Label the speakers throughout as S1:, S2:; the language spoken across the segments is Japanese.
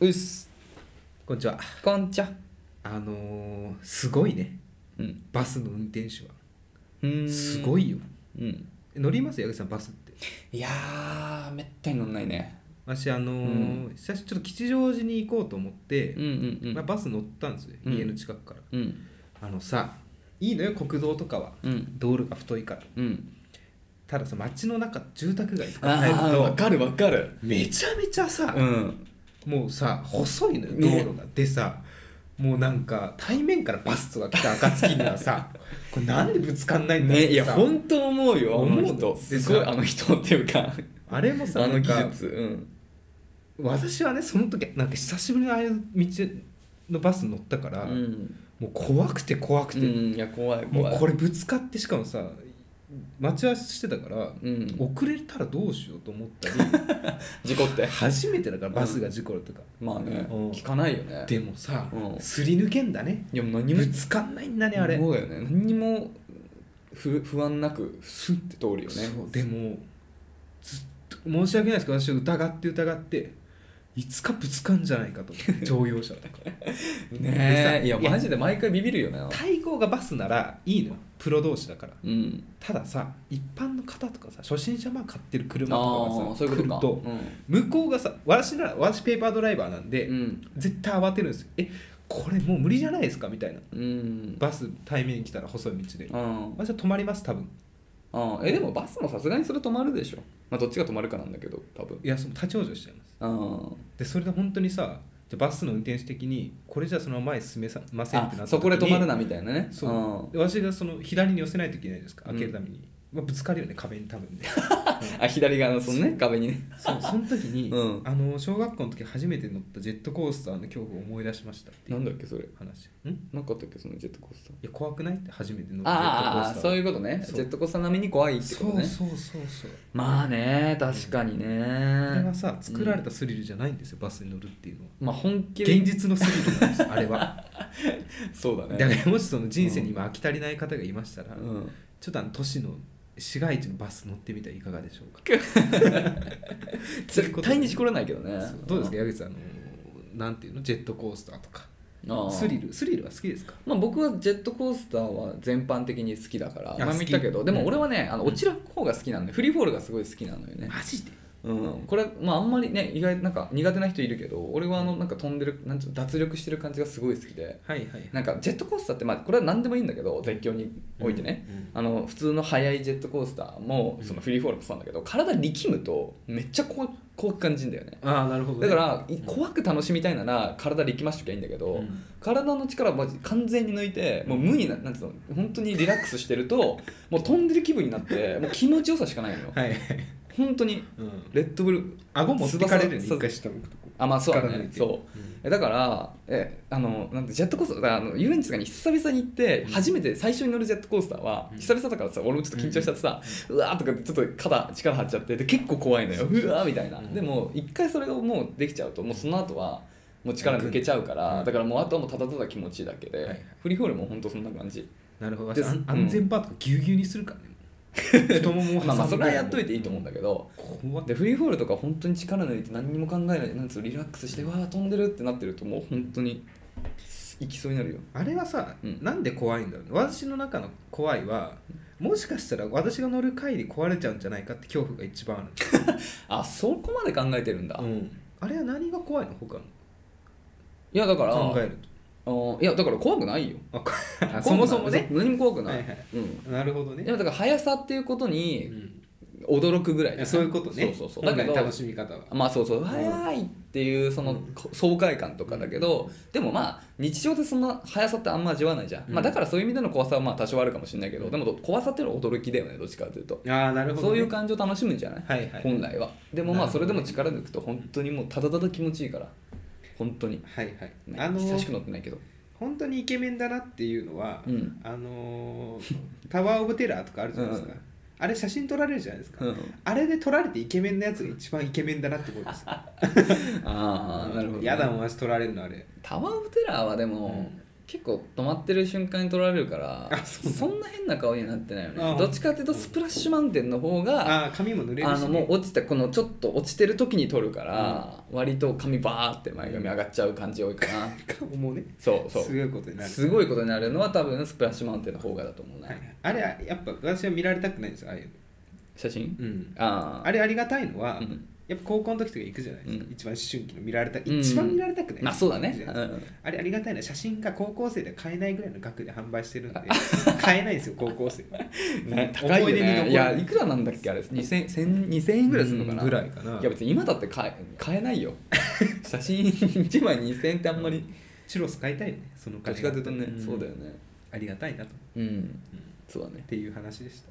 S1: うっす
S2: こんにちは。
S1: こんちゃ
S2: あのー、すごいね。
S1: うん
S2: バスの運転手
S1: うー
S2: は。
S1: ん
S2: すごいよ。
S1: うん
S2: 乗ります矢口さん、バスって。
S1: いやーめったに乗んないね
S2: 私、あのー久しちょっと吉祥寺に行こうと思って、
S1: うんうんうん
S2: まあ、バス乗ったんですよ。
S1: うん
S2: 家の近くから。
S1: うん
S2: あのさ、いいのよ、国道とかは。
S1: うん
S2: 道路が太いから。
S1: うん
S2: たださ、街の中、住宅街とか入る
S1: ああわ
S2: と、
S1: かるわかる
S2: めちゃめちゃさ、
S1: うん
S2: もうさ、細いのよ、道
S1: ね
S2: 路が。でさ、もうなんか対面からバスとか来た暁には さこれなんでぶつかんないんだろう
S1: ね
S2: って
S1: いや
S2: さ
S1: 本当思うよあ
S2: 思う
S1: の
S2: の
S1: 人
S2: ですさ
S1: ごいあの人っていう か
S2: あれもさ
S1: あの技
S2: なんか
S1: 術うん
S2: 私はねその時なんか久しぶりにああいう道のバスに乗ったから、
S1: うん
S2: もう怖くて怖く
S1: う
S2: て、
S1: んいや怖い怖
S2: も
S1: いう
S2: これぶつかってしかもさ待ち合わせしてたから、
S1: うん
S2: 遅れたらどうしようと思った り
S1: 事故って
S2: 初めてだからバスが事故るとか、
S1: まあね
S2: うん
S1: 聞かないよね
S2: でもさ、
S1: うん
S2: すり抜けんだね
S1: いやもう何も
S2: ぶつかんないんだねあれ、
S1: そうだよね何にも不不安なくスッて通るよね
S2: そうでもずっと申し訳ないですけど私は疑って疑っていつかぶつかんじゃないか と思って乗用車とかで
S1: ね
S2: さ
S1: えいや
S2: いや
S1: マジで毎回ビビるよな
S2: 対抗がバスならいいのよプロ同士だから
S1: うん
S2: たださ一般の方とかさ初心者まあ買ってる車
S1: あ
S2: とかが
S1: あ
S2: さ
S1: そういうこ
S2: 来
S1: と
S2: る
S1: かうん
S2: 向こうがさ私なら私ペーパードライバーなんで、
S1: うん
S2: 絶対慌てるんですよえこれもう無理じゃないですかみたいな
S1: うん
S2: バス対面に来たら細い道で
S1: うん
S2: 私は止まります多分
S1: うんえでもバスもさすがにそれ止まるでしょまあどっちが止まるかなんだけど多分
S2: いやその立ち往生しちゃいます
S1: うん
S2: でそれで本当にさじゃあバスの運転手的にこれじゃその前に進めさませんってなった時
S1: あ
S2: に
S1: そこで止まるなみたいなね
S2: そう、
S1: うん
S2: で私がその左に寄せないといけないじゃないですか
S1: うん
S2: 開けるために、まあ、ぶつかるよね壁に多 分ね
S1: あ左側のそのね壁 にね
S2: そうその時に、
S1: うん
S2: あの小学校の時初めて乗ったジェットコースターの恐怖を思い出しましたってい
S1: なん
S2: う
S1: だっけそれ
S2: 話んい
S1: なかったっけそのジェットコースター
S2: や怖くないって初めて乗った
S1: あーあーあーそういううことね
S2: そう
S1: ジェットコースター並みに怖いって
S2: そ
S1: こと
S2: う
S1: ね
S2: そうそうそう
S1: まあね確かにね
S2: あれはさ作られたスリルじゃないんですよ、バスに乗るっていうのは
S1: まあ本気で
S2: 現実のスリルなんですあれは
S1: そうだ
S2: だ
S1: ね
S2: からもしその人生に今飽き足りない方がいましたら、
S1: うん
S2: ちょっとあの都市の市街地のバス乗ってみてはいかがでしょ うか
S1: 絶対にしこらないけどね
S2: そうどうですか矢口さんあのなんていうのジェットコースターとか
S1: ああ
S2: スリルスリルは好きですか
S1: まあ、僕はジェットコースターは全般的に好きだから
S2: あ
S1: 前も言ったけ
S2: 好
S1: ど
S2: き
S1: でも俺はねあの落ちる方が好きなのよフリーフォールがすごい好きなのよね、
S2: ジで
S1: うん、これ、まあ、あんまりね意外なんか苦手な人いるけど俺はあのなんか飛んでるなんちゅう脱力してる感じがすごい好きで
S2: はいはい
S1: なんかジェットコースターって、まあ、これは何でもいいんだけど絶叫においてね、
S2: うんうん
S1: あの普通の速いジェットコースターも
S2: うん
S1: そのフリーフォールもそうなんだけど体力むとめっちゃ怖怖く感じるんだよね
S2: ああなるほど、ね、
S1: だからい怖く楽しみたいなら体力ましときゃいいんだけど、
S2: うん
S1: 体の力をマジ完全に抜いてもう無にななんつうの本当にリラックスしてるともう飛んでる気分になってもう気持ちよさしかないのよ
S2: はいはい、
S1: 本当に
S2: うん、
S1: レッドブル
S2: 顎持ってかれるよね
S1: 翼
S2: 一回下向くとこ
S1: あまあそうだ
S2: 力抜い
S1: ね
S2: て
S1: そうえだからえあのなんてジェットコースターだからあの遊園地とかに久々に行って
S2: うん
S1: 初めて最初に乗るジェットコースターは、
S2: うん
S1: 久々だからさ俺もちょっと緊張しちゃってさ、うわーとかってちょっと肩力張っちゃってで結構怖いのようわーみたいな、
S2: うん
S1: でも一回それがもうできちゃうともうその後はもう力抜けちゃうから、
S2: うん
S1: だからもうあとはもうただただ気持ちいいだけで、
S2: はいはい
S1: フリーフォールも本当そんな感じ
S2: なるほど
S1: で
S2: 私あん
S1: うん
S2: 安全パートとかぎゅうぎゅうにするからねもう太ももを挟む
S1: まあまあそれはやっといていいと思うんだ
S2: け
S1: けど、
S2: ど怖っ
S1: でフリーフォールとか本当に力抜いて何にも考えないなんつうのリラックスしてわー飛んでるってなってるともう本当に行きそうになるよ
S2: あれはさ、
S1: うん
S2: なんで怖いんだろうね私の中の怖いはもしかしたら私が乗る回で壊れちゃうんじゃないかって恐怖が一番ある
S1: あそこまで考えてるんだ、い
S2: あれは何が怖いの他の
S1: やだから
S2: 考える
S1: あーいやだから怖くないよ
S2: と あこあ
S1: 怖くない
S2: そもそもね
S1: そう何も怖くない、
S2: はいはい
S1: うん
S2: なるほど
S1: で
S2: ね
S1: もだから速さっていうこと
S2: う
S1: に
S2: ん
S1: 驚くぐら
S2: い
S1: いだね
S2: やそういうことね
S1: そうそうそう
S2: 本
S1: だ
S2: 来
S1: けど
S2: の楽しみ方は
S1: まあそうそう速いっていうそのこ爽快感とかだけどでもまあ日常でそんな速さってあんま味わわないじゃん、
S2: うん
S1: まあ、だからそういう意味での怖さはまあ多少あるかもしれないけど、
S2: うん
S1: でもど怖さっていうのは驚きだよねどっちかというと、
S2: ああなるほどね
S1: そういう感情を楽しむんじゃない、
S2: はいはい
S1: 本来はでもまあ
S2: な
S1: そ
S2: るほ
S1: れ
S2: どね
S1: でも力抜くと本当にもうただただ気持ちいいから本当に、
S2: はいはい
S1: ね
S2: あの
S1: 久しく
S2: ー
S1: 乗ってないけど
S2: 本当にイケメンだなっていうのは
S1: うん
S2: あのータワー・オブ・テラーとかあるじゃないですか
S1: うん
S2: あれ写真撮られるじゃないですか
S1: うん
S2: あれで撮られてイケメンのやつが一番イケメンだなって思い ます
S1: ああなるほど、
S2: やだもん私撮られるのあれ
S1: タワー・オブ・テラーはでも、
S2: うん
S1: 結構止まってる瞬間に撮られるから
S2: あそう
S1: そんな変な顔にはなってないよ
S2: あ
S1: ねどっちかっていうとスプラッシュマウンテンの方が
S2: ああ髪も濡れるし、ね、
S1: あのもう落ちたこのちょっと落ちてる時に撮るから、割と髪バーって前髪上がっちゃう感じ多いかな、
S2: 顔 もね
S1: そうそ
S2: す
S1: う
S2: ごいことになる
S1: すごいことになるのは多分スプラッシュマウンテンの方がだと思うな、
S2: はい、あれやっぱ私は見られたくないんですよああいうの
S1: 写真、
S2: うん
S1: あ
S2: あれありがたいのは、
S1: うん
S2: やっぱ高校の時とか行くじゃないですか、
S1: うん
S2: 一番思春期の見られた
S1: ん
S2: 一番見られたくない、
S1: あまあそうだね
S2: じゃ
S1: う
S2: ないですか
S1: ん
S2: あれありがたいのは写真が高校生で買えないぐらいの額で販売してるんで買えないんですよ高校生 は
S1: ね高いよ
S2: 思い出に残
S1: ね
S2: る
S1: いやいくらなんだっけあれ2000 1000 2000円ぐらいするのかな
S2: ぐらいかない
S1: や別に今だって買え買え ないよ写真1枚2000円ってあんまり
S2: チュロス買いたいよねその
S1: どっ
S2: 金
S1: ちかというとね、
S2: ん
S1: そうだよね
S2: ありがたいなと、
S1: うん
S2: うんっ
S1: そうだね
S2: ていう話でし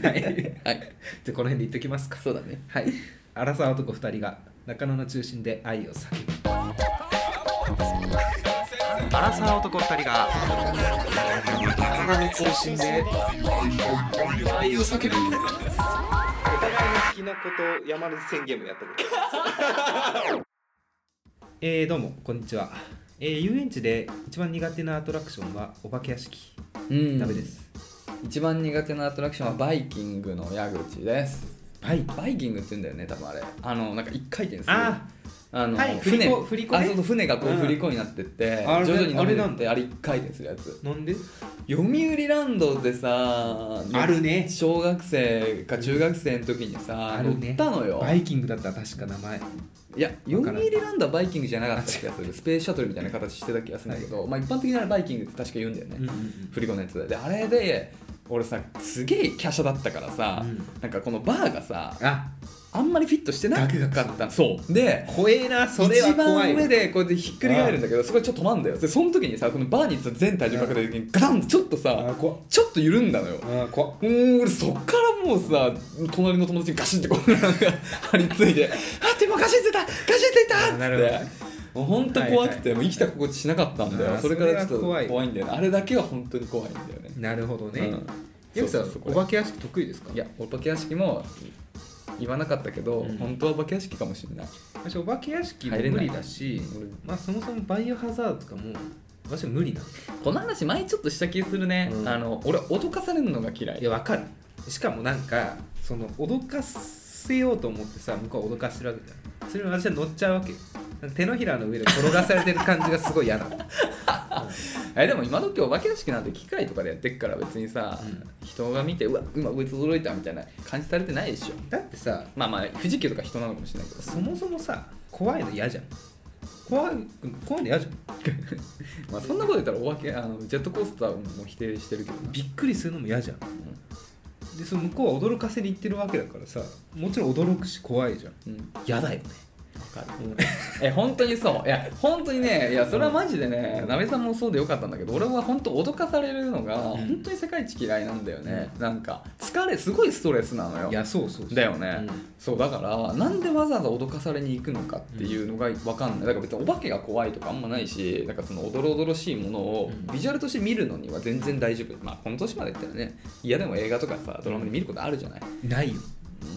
S2: た はいじ
S1: はい
S2: ゃあこの辺で言っときますか
S1: そうだね
S2: はい荒沢男2人が中野の中心で愛を叫ぶ荒沢男2人が中野の中心で愛を叫ぶお互いの好きなことを山根宣言もやったこと えー、どうもこんにちは、えー、遊園地で一番苦手なアトラクションはお化け屋敷、
S1: うん
S2: ダメです
S1: 一番苦手なアトラクションはバイキングの矢口です
S2: バイキン
S1: バイキングって言うんだよね多分あれあのなんか一回転する
S2: あ
S1: あの、
S2: はい振
S1: 船
S2: り子振り子ね
S1: あそうそう船がこう
S2: うん
S1: 振り子になってって、
S2: あれ
S1: 徐々に伸
S2: あ
S1: び
S2: れな
S1: てっ
S2: ん
S1: て
S2: だ
S1: あれ一回転するやつ
S2: ーなんで
S1: 読売ランドでさ
S2: あるね
S1: 小学生か中学生の時にさ、
S2: あるね
S1: 乗ったのよ
S2: バイキングだった確か名前
S1: いや読
S2: わからん
S1: 売ランドはバイキングじゃなかった気がするスペースシャトルみたいな形してた気がするんだけど、まあ一般的ならバイキングって確か言うんだよね、振り子のやつであれで俺さすげえ華奢だったからさ、
S2: うん
S1: なんかこのバーがさ
S2: あ
S1: あんまりフィットしてなか
S2: ガクガク
S1: ったのそうで
S2: 怖えなそれは
S1: 一
S2: 怖
S1: 番
S2: い
S1: 上でこうやってひっくり返るんだけどそこでちょっと止まんだよでその時にさこのバーにさ全体重かけた時にガタンってちょっと
S2: あ
S1: さ
S2: 怖っ
S1: ちょっと緩んだのよ
S2: あ怖っ
S1: もう俺そっからもうさ隣の友達にガシンってこうなんか張り付いて「あでもガシンついたガシンついた!」っつ
S2: あ
S1: っ
S2: なるほどね
S1: て。もう本当怖く
S2: はい
S1: て、
S2: はい
S1: もう生きた心地しなかったんだ
S2: あ
S1: よ
S2: ー
S1: それからちょ
S2: それは
S1: っと
S2: 怖い
S1: 怖いんだよねあれだけは本当に怖いんだよね
S2: なるほどね
S1: うん
S2: ヤクさん
S1: そうそうそう
S2: お化け屋敷得意ですか
S1: いやお化け屋敷も言わなかったけど、
S2: うん
S1: 本当はお化け屋敷かもしれない
S2: 私お化け屋敷も
S1: 入れ
S2: 無
S1: ない
S2: 理だし
S1: うん
S2: まあそもそもバイオハザードとかも私は無理なの
S1: この話前ちょっとした気するね、
S2: うん
S1: あの俺脅かされるのが嫌い
S2: いやわかるしかもなんかその脅かせようと思ってさ向こうは脅かしてるわけじゃんそれに私は乗っちゃうわけよなんか手のひらの上で転がされてる感じがすごい嫌な の
S1: えでも今時お化け屋敷なんて機械とかでやってっから別にさ、
S2: う
S1: 人が見てうわ今こいつ驚いたみたいな感じされてないでしょ
S2: だってさ
S1: まあまあ富士急とか人なのかもしれないけど
S2: そもそもさ怖いの嫌じゃん怖い怖いの嫌じゃん
S1: まあそんなこと言ったらお化けあのジェットコースターも否定してるけどな
S2: びっくりするのも嫌じゃんでその向こうは驚かせに行ってるわけだからさもちろん驚くし怖いじゃん
S1: うん、うん
S2: 嫌だよね
S1: わかるえ本当にそういや本当にねいやそれはマジでねなべさんもそうでよかったんだけど俺は本当脅かされるのが
S2: ん
S1: 本当に世界一嫌いなんだよね、なんか疲れすごいストレスなのよ
S2: いやそうそうそう
S1: だよね、
S2: うん
S1: そうだからなんでわざわざ脅かされに行くのかっていうのが分かんないだから別にお化けが怖いとかあんまないしなんかそのおどろおどろしいものを
S2: うん
S1: ビジュアルとして見るのには全然大丈夫まあこの年までいったらねいやでも映画とかさドラマで見ることあるじゃない
S2: ないよ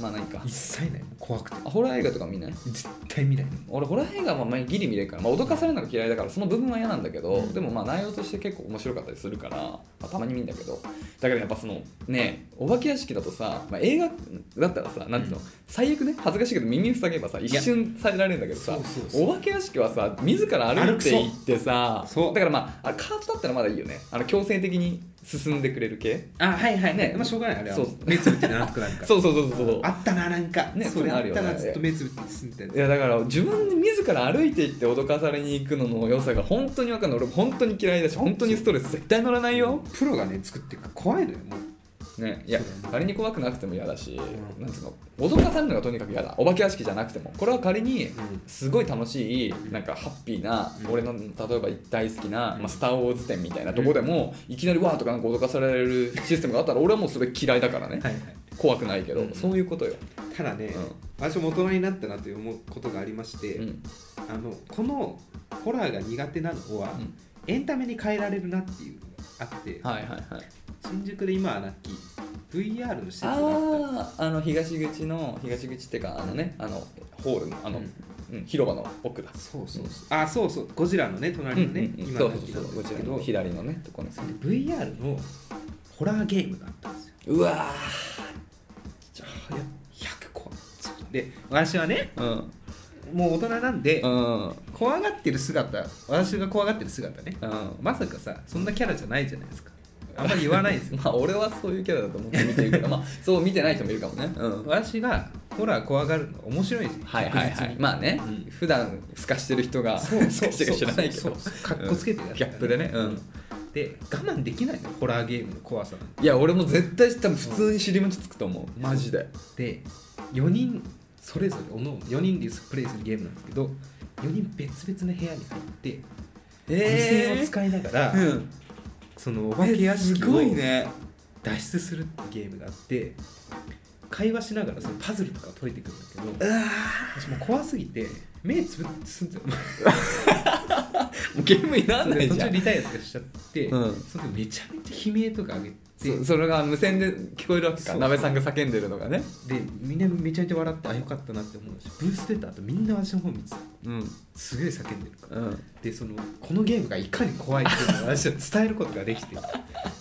S1: まあないか
S2: 一切ない怖くて
S1: あホラー映画とか見ない
S2: 絶対見ないの
S1: 俺ホラー映画はまあギリ見れるから、まあ、脅かされるのが嫌いだからその部分は嫌なんだけど、
S2: うん
S1: でもまあ内容として結構面白かったりするから、まあたまに見るんだけどだけどやっぱそのねお化け屋敷だとさ、まあ、映画だったらさなんていうの、
S2: うん
S1: 最悪ね恥ずかしいけど耳塞げばさ一瞬されられるんだけどさ
S2: そうそうそう
S1: お化け屋敷はさ自ら歩いていってさ
S2: 歩くそうそう
S1: だからまああれカートだったらまだいいよねあの強制的に進んでくれる系
S2: あはいはい
S1: ね
S2: まあしょうがないあれは
S1: そう
S2: 目つぶって長くなる から
S1: そうそうそうそうそう
S2: あったななんかそれあっ
S1: ね
S2: た
S1: そういうのあるよ
S2: な
S1: ね
S2: ずっと目つぶって進んで
S1: いやだから自分で自ら歩いていって脅かされに行くのの良さが本当に分かんない俺本当に嫌いだし本当にストレス絶対乗らないよ、
S2: プロがね作ってるから怖いのよもう
S1: ね、いや
S2: そうだね
S1: 仮に怖くなくても嫌だし、
S2: うん
S1: なんつうの脅かされるのがとにかく嫌だお化け屋敷じゃなくてもこれは仮に
S2: ん
S1: すごい楽しいなんかハッピーな、
S2: うん
S1: 俺の例えば大好きな「
S2: うん
S1: まあ、スター・ウォーズ」展みたいなとこでも、いきなりわーとかなんか脅かされるシステムがあったら俺はもうそれ嫌いだからね、
S2: はいはい
S1: 怖くないけど、
S2: うん
S1: そういうことよ、
S2: ただね
S1: う
S2: 私も大人になったなと思うことがありまして
S1: ん
S2: あのこのホラーが苦手なのは
S1: うん
S2: エンタメに変えられるなっていうのがあって
S1: はいはいはい
S2: 新宿で今はなき VR の施設があったり
S1: あああの東口の東口っていうかあのねあのホールのあの、
S2: うん
S1: うん、広場の奥だ
S2: そうそうそうあそうそうゴジラのね隣のね、
S1: うんうんうん
S2: 今
S1: そう
S2: の
S1: そう
S2: 時
S1: そ
S2: なん
S1: う
S2: で
S1: こ
S2: す
S1: ち
S2: け
S1: ら
S2: ど
S1: の左のねとこですね
S2: で VR のホラーゲームがあったんですよ
S1: うわ
S2: じゃあや100個そうで私はね
S1: ーうん
S2: もう大人なんで、
S1: うん
S2: 怖がってる姿私が怖がってる姿ね
S1: うん
S2: まさかさそんなキャラじゃないじゃないですかあんまり言わない ですよ
S1: まあ俺はそういうキャラだと思って見てるけ どまあそう見てない人もいるかもねうん
S2: 私がホラー怖がるの面白いですよ
S1: はいはいは
S2: 確実
S1: い
S2: に
S1: まあね、
S2: うん
S1: 普段透かしてる人が
S2: そう
S1: 透
S2: そう
S1: かしてる
S2: そう
S1: か知らないけど
S2: そうそうかっこつけてや
S1: うん
S2: った
S1: ギャップでねうん
S2: で我慢できないのホラーゲームの怖さなんて
S1: いや俺も絶対多分普通に尻餅つくと思うマジで
S2: で4人それぞれおの4人でプレイするゲームなんですけど4人別々の部屋に入って無線を
S1: え
S2: 使いながら、
S1: うん
S2: そのお化け屋敷
S1: す
S2: を
S1: ごいね
S2: 脱出するっていうゲームがあって会話しながらそのパズルとかを解いていくんだけど私もう怖すぎて目つぶすんだよ
S1: もうゲームにな
S2: そ
S1: んな
S2: れ
S1: い
S2: 途
S1: じゃ
S2: 中
S1: ん
S2: リタイアとかしちゃって、
S1: うん
S2: その時めちゃめちゃ悲鳴とか上げて
S1: そそれが無線で聞こえるわけ
S2: そう
S1: か
S2: そう
S1: 鍋さんが叫んでるのがね
S2: でみんなめちゃめちゃ笑ってあよかったなって思うしブース出た後みんな私の方見てた
S1: うん
S2: すげえ叫んでるから
S1: うん
S2: でそのこのゲームがいかに怖いっていうのを私は伝えることができて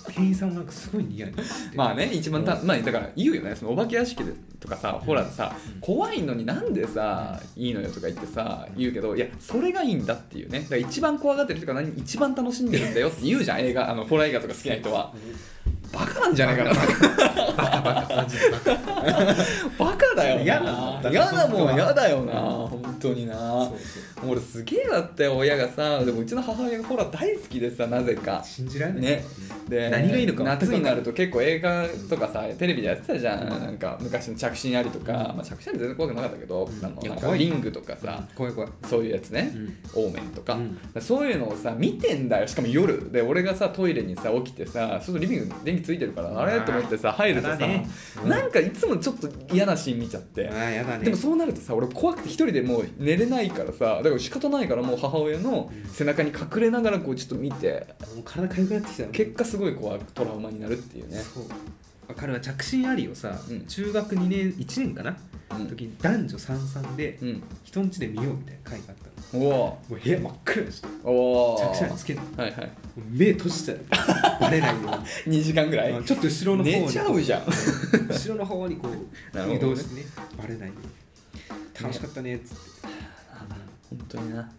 S2: 店員さんもなんかすごい似合いになって
S1: まあね 一番た、
S2: うん
S1: まあだから言うよねそのお化け屋敷でとかさ、ホラーでさ怖いのになんでさいいのよとか言ってさ言うけどいやそれがいいんだっていうねだから一番怖がってる人が何一番楽しんでるんだよって言うじゃん映画あのホラー映画とか好きな人はバカなんじゃないかな
S2: バカバカマジでバカ
S1: バカだよ
S2: 嫌なんだ
S1: 嫌だも
S2: そ
S1: ん
S2: っか
S1: 嫌だよな本当にな
S2: そうそう
S1: 俺すげえだって親がさでもうちの母親がホラー大好きでさなぜか
S2: 信じられない
S1: ねで
S2: 何がいいのか
S1: 夏になると結構映画とかさテレビでやってたじゃん、なんか昔の着信ありとか、
S2: うん
S1: まあ、着信あり全然怖くなかったけど、
S2: うん
S1: あの
S2: いや
S1: なんか
S2: 怖い
S1: リングとかさ
S2: さ、怖い怖い
S1: そういうやつね、オーメンとか、
S2: うん
S1: そういうのをさ見てんだよしかも夜で俺がさトイレにさ起きてさそうするとリビング電気ついてるからあれと思ってさ入るとさ、
S2: やだねうん
S1: なんかいつもちょっと嫌なシーン見ちゃって、
S2: ああやだね
S1: でもそうなるとさ俺怖くて一人でもう寝れないからさだから仕方ないからもう母親の背中に隠れながらこうちょっと見て
S2: もう体かゆくなってきたよ
S1: 結果すごい怖いトラウマになるっていうね
S2: そうわかるわ着信ありをさ、
S1: うん
S2: 中学2年1年かな、
S1: うん
S2: 時に男女三々で、
S1: うん
S2: 人ん家で見ようみたいな会があったの
S1: おお
S2: もう部屋真っ暗でした
S1: ーおー
S2: 着信ありつけない
S1: はいはい
S2: 目閉じてバレないよう
S1: 2時間ぐらい
S2: にちょっと後ろの方に
S1: 寝ちゃうじゃん
S2: 後ろの方にこう
S1: なるほどね
S2: 移動してねバレないように楽しかったねっつって、
S1: 本当にな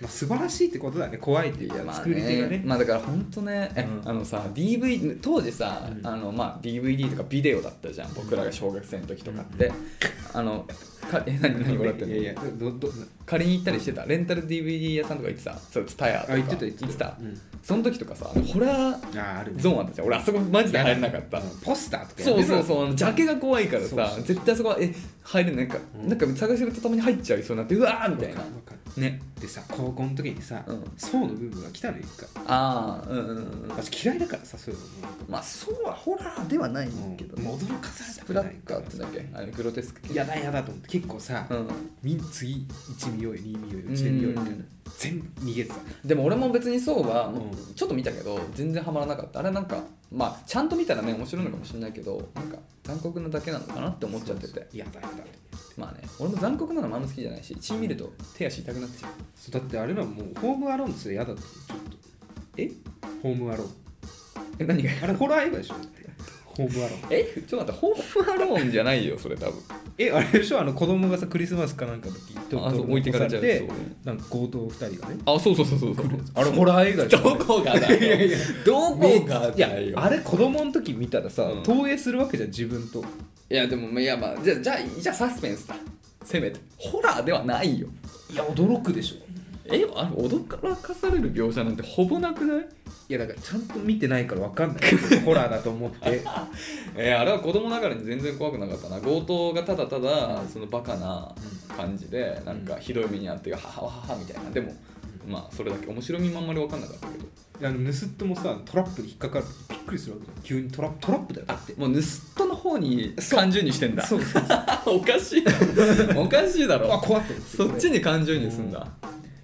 S2: まあ、素晴らしいってことだね怖いっていう
S1: まあ
S2: 作り手がね
S1: まあだから本当ねえ
S2: うん
S1: あのさ DV 当時さ
S2: うん
S1: あのまあ DVD とかビデオだったじゃん僕らが小学生の時とかってあのかえ何何笑ってん
S2: い
S1: の
S2: やいやどど
S1: 借りに行ったりしてたレンタル DVD 屋さんとか行ってたそうツタヤとか
S2: あ言ってた言ってたうん
S1: その時とかさホラー
S2: ああるね
S1: ゾーンあったじゃん俺あそこマジで入れなかった
S2: うんポスターとか
S1: そうそう
S2: う
S1: そうあのジャケが怖いから
S2: そう
S1: さ
S2: そう
S1: 絶対そこはえ入れないなんか、
S2: うん
S1: なんか探してるとたまに入っちゃいそうになってうわーみたいなね
S2: でさ高校の時にさ、
S1: うん
S2: 層の部分が来たのよ一回
S1: ああうんうんうん
S2: 私嫌いだからさそういう
S1: まあそうはホラーではない
S2: の
S1: けど
S2: も
S1: ね、
S2: う驚かされ
S1: ス
S2: た
S1: プ
S2: く
S1: ラ
S2: ない
S1: ッ
S2: か
S1: カー
S2: ら
S1: ってだっけあれグロテスク系
S2: やだやだと思って結構さ、
S1: うん
S2: み次1見ようよ2見ようよ1見ようよみたいな
S1: うん
S2: 全部逃げてた
S1: でも俺も別にそうは、
S2: うん
S1: ちょっと見たけど全然ハマらなかったあれなんかまあちゃんと見たらね面白いのかもしれないけどなんか残酷なだけなのかなって思っちゃってて
S2: やだやだと
S1: まあね俺も残酷なのもあんま好きじゃないし血見ると手足痛くなっちゃう
S2: そうだってあれはもうホームアローンってやだってちょっ
S1: え
S2: とホームアローン
S1: え何が
S2: あれホラー映画でしょだってホームアローン
S1: えちょっと待ってホームアローンじゃないよそれ多分
S2: えあれでしょあの子供がさクリスマスかなんかの時
S1: あそう置いてかれちゃう
S2: で
S1: そう
S2: なんか強盗二人がね
S1: あそうそうそうそうそう
S2: あれホラー映画でしょ
S1: どこがだよ どこが
S2: い
S1: だよ
S2: やあれ子供の時見たらさ、
S1: うん
S2: 投影するわけじゃん自分と
S1: いやでもいやまあじゃあじゃあじゃあサスペンスだせめてホラーではないよ
S2: いや驚くでしょ
S1: えあれ驚かされる描写なんてほぼなくない
S2: いやだからちゃんと見てないから分かんない ホラーだと思 って
S1: えーあれは子供ながらに全然怖くなかったな強盗がただただそのバカな感じでなんかひどい目にあってははははみたいなでもまあそれだけ面白みもあんまり分かんなかったけど
S2: あの盗っ人もさトラップに引っかかるびっくりするわけじゃん急にトラップトラップだよだって
S1: もう盗っ人の方に感情にしてんだ
S2: そうそう
S1: おか しいだろおかしいだ
S2: あ
S1: ろ
S2: 怖って思て
S1: そっちに感情移入すんだ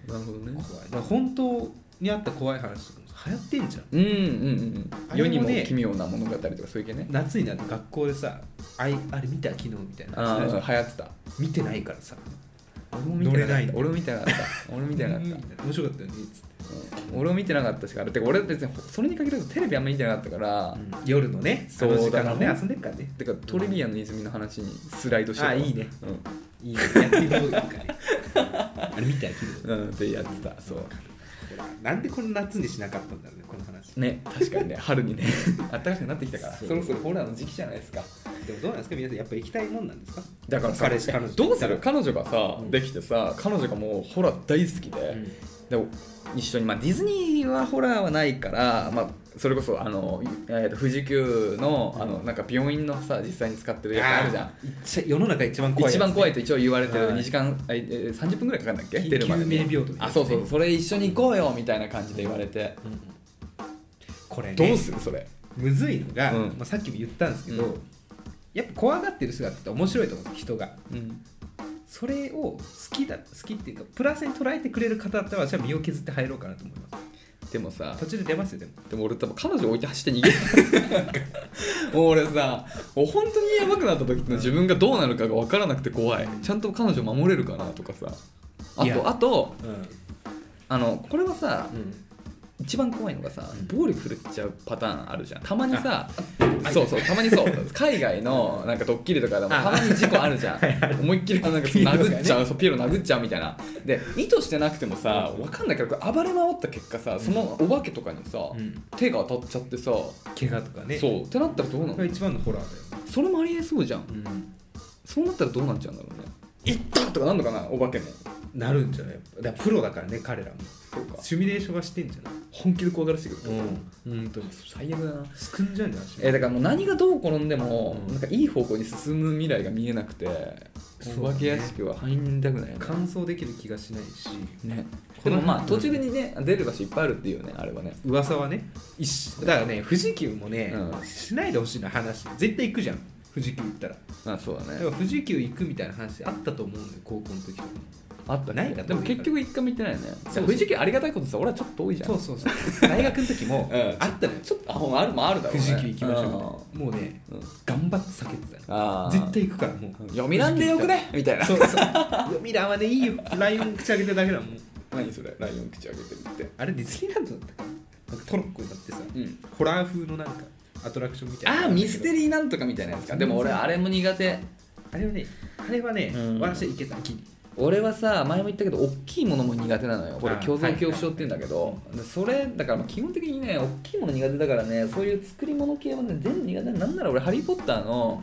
S1: なるほどね
S2: 怖いだから本当にあった怖い話とかもさ流行ってんじゃん
S1: うんうん
S2: あ
S1: うん
S2: れ
S1: 世
S2: もね
S1: にも奇妙な物語とかそういう系ね
S2: 夏になると学校でさあいあれ見た昨日みたいな
S1: あ
S2: 話
S1: あ
S2: になるじゃん
S1: 流行ってた
S2: 見てないからさ
S1: 俺も見てな
S2: 乗れ
S1: か
S2: な
S1: っ
S2: い
S1: た俺も見てなかった 俺も見てなかった
S2: 面白かったよねつって
S1: うん俺も見てなかったしからてか俺別にそれに限らずテレビあんまり見てなかったから、
S2: 夜のね
S1: そう
S2: あの時間もね
S1: だから
S2: 遊んでるからね
S1: てかトリビアの泉の話にスライドしてた
S2: あいいねいいねやってみようよ一回あれ見たよ昨日
S1: うん、うん、でやってたそう
S2: なんでこの夏にしなかったんだろうねこの話
S1: ね確かにね 春にね暖かくなってきたから
S2: そう
S1: そろそろホラーの時期じゃないですか
S2: でもどうなんですか皆さんやっぱ行きたいもんなんですか
S1: だからさ
S2: 彼氏彼女
S1: どうする彼女がさ、
S2: うん
S1: できてさ彼女がもうホラー大好きで、で一緒に、まあ、ディズニーはホラーはないから、まあ、それこそあの、えー、と富士急のあのなんか病院のさ実際に使ってるやつあるじゃん
S2: じゃん世の中一番怖いやつ
S1: 一
S2: ね
S1: 番怖いと一応言われてる
S2: はい
S1: 2時間、えー30分ぐらいかかるんだっけ
S2: 緊急
S1: 出るまでに
S2: 明病棟みたいな
S1: あそうそうそれ一緒に行こうよみたいな感じで言われて、
S2: うんこれね
S1: どうするそれ
S2: むずいのが、
S1: うん
S2: まあ、さっきも言ったんですけど、
S1: うん
S2: やっぱ怖がってる姿って面白いと思うんです人が
S1: うん
S2: それを好きだ好きっていうかプラスに捉えてくれる方だったら私は身を削って入ろうかなと思いま
S1: でもさ
S2: す途中で出ますよでも
S1: でも俺多分彼女置いて走って逃げる もう俺さもう本当にやばくなった時って自分がどうなるかが分からなくて怖いちゃんと彼女守れるかなとかさあ
S2: いや
S1: とあと
S2: うん、
S1: あのこれはさ
S2: うん、
S1: 一番怖いのがさ
S2: うん
S1: 暴力振るっちゃうパターンあるじゃんたまにさ
S2: あ
S1: そうそうたまにそう海外のなんかドッキリとかでも
S2: あ
S1: たまに事故あるじゃん思いっきりなんかそう
S2: ピエロがね
S1: 殴っちゃ うそうピエロ殴っちゃうみたいなで意図してなくてもさ分かんないけど暴れ回った結果さそのお化けとかにさ
S2: うん、
S1: 手が当たっちゃってさ
S2: 怪我とかね
S1: そうってなったらどうな
S2: これが
S1: の
S2: 一番のホラーだよ、
S1: それもありえそうじゃん
S2: うん、
S1: そうなったらどうなっちゃうんだろうね「いった!」とかなんのかなお化けも
S2: なるんじゃないやっぱだからプロだからね彼らも
S1: そうか
S2: シミュレーションはしてんじゃない
S1: 本気で怖がらせてくる
S2: うん本当に
S1: 最悪だな
S2: すくんじゃうんじゃない
S1: えーだからもう何がどう転んでも、
S2: うん
S1: なんかいい方向に進む未来が見えなくて、
S2: そう
S1: お化け屋敷は入りたくないよね
S2: 乾燥できる気がしないし
S1: ね
S2: こ
S1: で
S2: の
S1: もまあ
S2: うん
S1: 途中にね、出る場所いっぱいあるっていうよねあれはね
S2: 噂はね一緒だからね富士急もね、
S1: うん
S2: しないでほしいな話絶対行くじゃん富士急行ったら
S1: あそうだ
S2: だか
S1: ね
S2: ら富士急行くみたいな話あったと思うのよ高校の時とかも
S1: あった
S2: ない
S1: ね
S2: かと
S1: でも結局一回も行ってないよね
S2: そう
S1: いや富士急ありがたいことさ俺はちょっと多いじゃん
S2: そうそうそう大学の時 も
S1: うん
S2: あったのよ
S1: ちょっとあほんまあるもあるだろう
S2: 富
S1: ね
S2: 士急行きましょうもうね
S1: うん、うん
S2: 頑張って避けてたの
S1: あ
S2: 絶対行くからもう
S1: 読みなんでよくねみたいな
S2: そうそう読みらんはねいいよライオン口開けてるだけだもん
S1: 何それライオン口開けてるって
S2: あれディズニーランドだったかななんかトロッコになってさ、
S1: うん
S2: ホラー風のなんかアトラクションみたいな
S1: ああミステ
S2: ー
S1: リーなんとかみたいなやつかでも俺あれも苦手
S2: あれはねあれはね、
S1: うん
S2: 私はいけたギリ
S1: 俺はさ前も言ったけど大きいものも苦手なのよこれ
S2: あ
S1: 共存恐怖症って言うんだけど、でそれだからまあ基本的にね大きいもの苦手だからねそういう作り物系はね全部苦手なんなら俺「ハリー・ポッターの」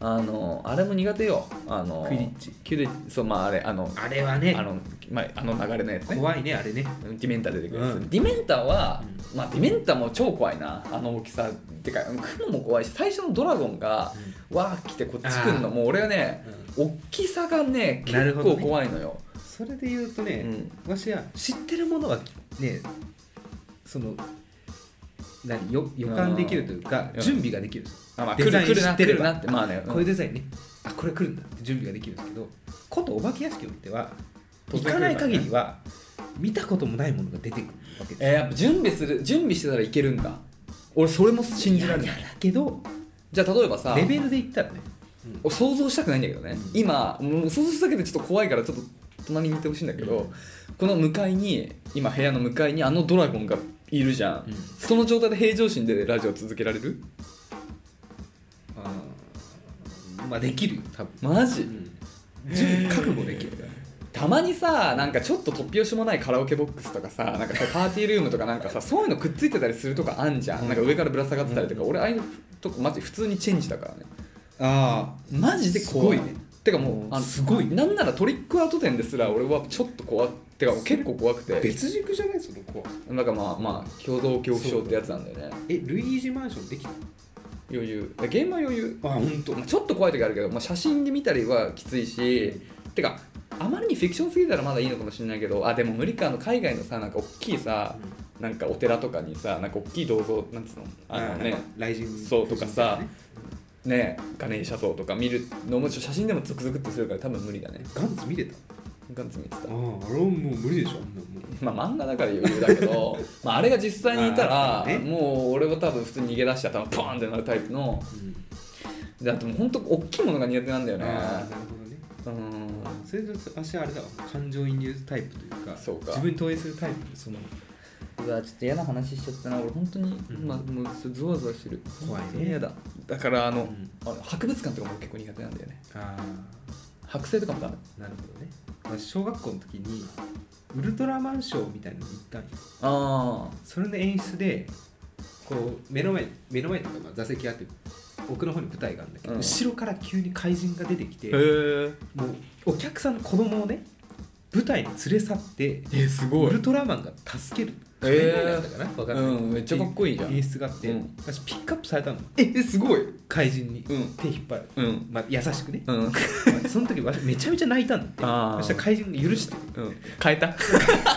S1: あのあれも苦手よあの
S2: クイディッチ
S1: キュリッチそうまああれあの
S2: あれはね
S1: あの,、まあ、あの流れのやつね
S2: 怖いねあれね
S1: ディメンター出てくるやつ、
S2: うん
S1: ディメンターは、まあ、ディメンターも超怖いなあの大きさてか雲も怖いし最初のドラゴンが、わー来てこっち来るの
S2: あー
S1: もう俺はね、大きさがね
S2: な
S1: 結
S2: るほどね
S1: 構怖いのよ、
S2: それで言うとね、
S1: うん
S2: 私は知ってるものはねその何よ予感できるというか
S1: うん
S2: 準備ができるんです
S1: あまあ、来
S2: デ
S1: る
S2: ザイン
S1: 来るな
S2: 知って
S1: 来
S2: れば
S1: るなってまあね、うん
S2: こういうデザインねあこれ来るんだって準備ができるんですけどことお化け屋敷においては行
S1: 突然来る
S2: か
S1: から
S2: な
S1: ね
S2: い限りは見たこともないものが出てくるわけです
S1: えーやっぱ準備する準備してたらいけるんだ俺それも信じられない
S2: やだけど
S1: じゃあ例えばさ
S2: レベルで言ったらね、
S1: お想像したくないんだけどね、
S2: うん
S1: 今もう想像しただけでちょっと怖いからちょっと隣にいてほしいんだけど、この向かいに今部屋の向かいにあのドラゴンがいるじゃん、
S2: うん
S1: その状態で平常心でラジオ続けられる
S2: あーまあできるよ多分、
S1: マジ、
S2: 準備覚悟できる
S1: たまにさなんかちょっと突拍子もないカラオケボックスとかさなんかさパーティールームとかなんかさそういうのくっついてたりするとかあんじゃん、なんか上からぶら下がってたりとか、俺ああいうとこマジ普通にチェンジだからね
S2: あ
S1: マジで怖い
S2: すごい
S1: ね
S2: ね
S1: てかもう
S2: うん
S1: あの
S2: すごい
S1: なんならトリックアート店ですら俺はちょっと怖ってか結構怖く
S2: あ
S1: て
S2: 別軸じゃないその怖さ
S1: なんかまあまあ共同恐怖症ってやつなんだよね
S2: えルイージマンションできた
S1: 余裕現場余裕
S2: あ本当
S1: まあちょっと怖い時あるけど、まあ、写真で見たりはきついし、てかあまりにフィクションすぎたらまだいいのかもしれないけどあでも無理かあの海外のさなんか大きいさ、なんかお寺とかにさなんか大きい銅像なんつうのあのね、
S2: 雷神
S1: そうとかさねガネーシャ像とか見るのもちょっと写真でもゾクゾクってするから多分無理だね
S2: ガンツ見れた
S1: ガンツ見てた
S2: あああれはもう無理でしょあんなもう
S1: まあ漫画だから余裕だけ どまああれが実際にいたら、
S2: あーね
S1: も う俺は多分普通に逃げ出して頭ポーンってなるタイプの
S2: うん
S1: であともう本当大きいものが苦手なんだよね
S2: ああなるほどね
S1: うん
S2: それと私はあれだわ感情移入タイプというか
S1: そうか
S2: 自分に投影するタイプその
S1: うわちょっと嫌な話しちゃったな俺本当に
S2: うん
S1: 今もうゾワゾワしてる
S2: 怖いね
S1: 本当に嫌だだからあの,、
S2: うん
S1: あの博物館とかも結構苦手なんだよね
S2: あ
S1: 剥製とかもダメ
S2: あなるほどね、まあ、小学校の時にウルトラマンショーみたいなのに行ったんよ
S1: あ
S2: それの演出でこう目の前目の前とかまあ座席あって奥の方に舞台があるんだけど、
S1: うん
S2: 後ろから急に怪人が出てきて
S1: あえ
S2: もうお客さんの子供をね舞台に連れ去って
S1: えすご
S2: ウ
S1: い
S2: ルトラマンが助ける
S1: へー
S2: 仮面ライダーだったかな、わかんない
S1: うんめっちゃかっこいいじゃん
S2: 演出があって、
S1: うん
S2: 私ピックアップされたの
S1: えすごい
S2: 怪人に、
S1: うん
S2: 手引っ張る、
S1: うん
S2: まあ、優しく ね
S1: うん
S2: その時わめちゃめちゃ泣いたんだって
S1: あー
S2: そしたら怪人が許して
S1: うん変えた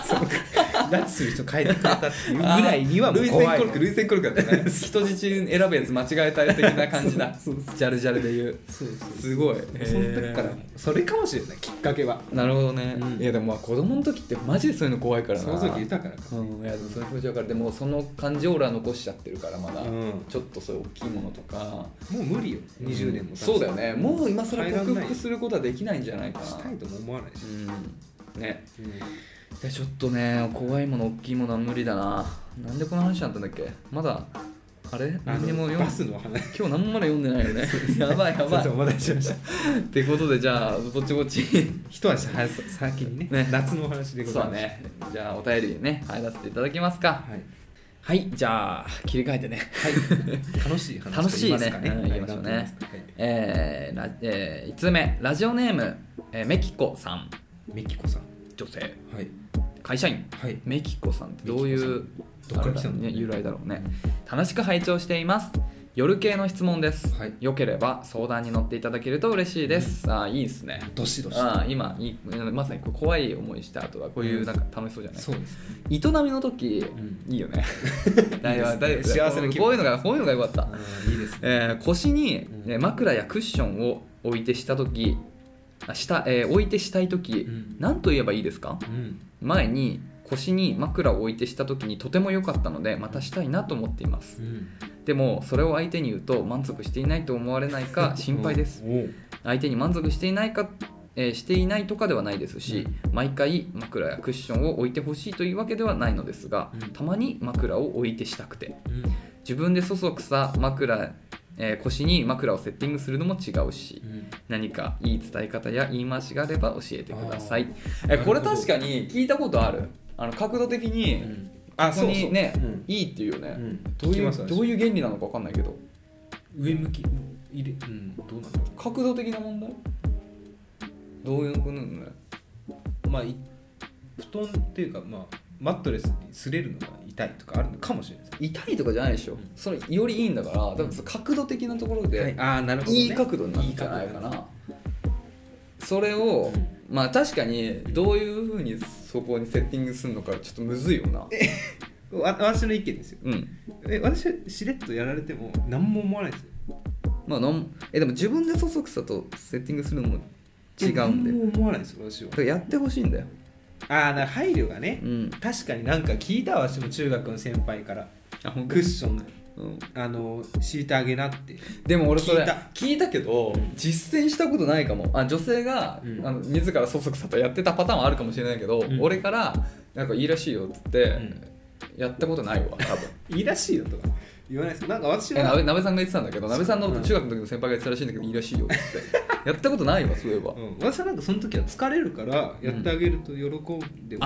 S2: 拉致する人変えてくれたっていうぐらいにはもう
S1: 類線コ
S2: 怖い
S1: ルク類線コルクだったね人質選ぶやつ間違えた的な感じだ ジャルジャルで言う
S2: そうそうそう
S1: すごい
S2: その時からそれかもしれないきっかけは
S1: なるほどね、
S2: うん
S1: いやでもまあ子供の時ってマジでそういうの怖いからな
S2: その時豊かだか
S1: うんいやでもそういう気持ち分かるでもその感じを俺は残しちゃってるからまだ、
S2: ら、うん、
S1: ちょっとそういう大きいものとか
S2: もう無理よ20年も経つ
S1: そうだよねもう今更
S2: 変えらん
S1: 克
S2: ない
S1: 服することはできないんじゃないかな
S2: したいとも思わないし
S1: う、んね
S2: うん
S1: いやちょっとね怖いもの大きいものは無理だななんでこの話になったんだっけまだあれ
S2: あ
S1: 何に
S2: の
S1: も読
S2: バ
S1: ん
S2: スの話
S1: 今日何もまだ読んでないよねやばいやば
S2: すいま
S1: い
S2: せんお待たせしました
S1: ってことでじゃあぼちぼち
S2: 一足早さ先にね
S1: ね
S2: 夏のお話でご
S1: そう
S2: ざい
S1: だ
S2: ます
S1: ねじゃあお便りにね入らせていただきますか
S2: はい、
S1: はいじゃあ切り替えてね
S2: はい、楽しい話
S1: 楽しいね
S2: と
S1: うん
S2: 言
S1: 言
S2: い
S1: い
S2: ま
S1: ますし
S2: か
S1: ょう
S2: ね
S1: ね
S2: はい
S1: えーラえ1つ目ラジオネーム、えーメキコさん
S2: メキコさん
S1: 女性
S2: はい
S1: 会社員
S2: はい
S1: メキコさんってどういう
S2: どっから来たの
S1: あれだね由来だろうね楽しく拝聴しています夜系の質問です、
S2: はい
S1: 良ければ相談に乗っていただけると嬉しいです、ああいいですね
S2: どしどし
S1: ああ今いいまさにこう怖い思いした後はこういうなんか楽しそうじゃない、
S2: そうですね
S1: 営みの時、
S2: ん
S1: いいよ ねだいぶだいぶ
S2: 幸せな気分
S1: こういうのがこういうのが良かった、
S2: うんいいですね
S1: えー腰に
S2: うん
S1: えー枕やクッションを置いてした時あした、えー置いてしたい時、
S2: うん
S1: 何と言えばいいですか
S2: うん
S1: 前に腰に枕を置いてした時にとても良かったのでまたしたいなと思っています
S2: うん
S1: でもそれを相手に言うと満足していないと思われない か心配です
S2: おう
S1: 相手に満足していないか、えーしていないとかではないですし、毎回枕やクッションを置いてほしいというわけではないのですが、
S2: うん
S1: たまに枕を置いてしたくて
S2: うん
S1: 自分でそそくさ枕、えー腰に枕をセッティングするのも違うし
S2: うん
S1: 何かいい伝え方や言い回しがあれば教えてください
S2: ー
S1: えこれ
S2: なるほど
S1: 確かに聞いたことあるあの角度的
S2: う
S1: に
S2: ん
S1: ここにね
S2: うん
S1: いいっていうよね、
S2: うん
S1: どう
S2: 聞き
S1: い
S2: ま
S1: う
S2: す
S1: どういう原理なのか分かんないけど
S2: 上向き入れうんどうなんだろ
S1: 角度的な問題どういうことなのね
S2: うまあい布団っていうかまあマットレスに擦れるのが痛いとかあるのかもしれないです
S1: 痛いとかじゃないでしょ、
S2: ん
S1: それよりいいんだから多分その角度的なところで、
S2: はいああなるほどね
S1: いい角度になるんじゃないかなそれを、
S2: う
S1: まあ確かにどういうふうにそこにセッティングするのかちょっとむずいよな
S2: わ私の意見ですよ
S1: うん
S2: え私はしれっとやられても何も思わないですよ
S1: まあなんえでも自分でそそくさとセッティングするのも違うんだ
S2: 何
S1: よ
S2: も思わないですよ私は
S1: だからやってほしいんだよ
S2: ああな配慮がね、
S1: うん
S2: 確かになんか聞いたわ私も中学の先輩から
S1: あほん
S2: クッション
S1: うん
S2: あの敷いてあげなって
S1: でも俺それ
S2: 聞
S1: 聞
S2: い
S1: い
S2: た
S1: たけど実践したことないかもあ女性が、
S2: うん
S1: あの自らそそくさとやってたパターンはあるかもしれないけど、
S2: ん
S1: 俺からなんかいいらしいよっつって、
S2: ん
S1: やったことないわ多分
S2: いいらしいよとか言わないですなんか私
S1: えなべ
S2: は
S1: なべさんが言ってたんだけどなべさんの
S2: うん
S1: 中学の時の先輩が言ってたらしいんだけどいいらしいよっつってやったことないわそういえば、
S2: うん、私はなんかその時は疲れるからやってあげると喜んでもらいますよって聞きました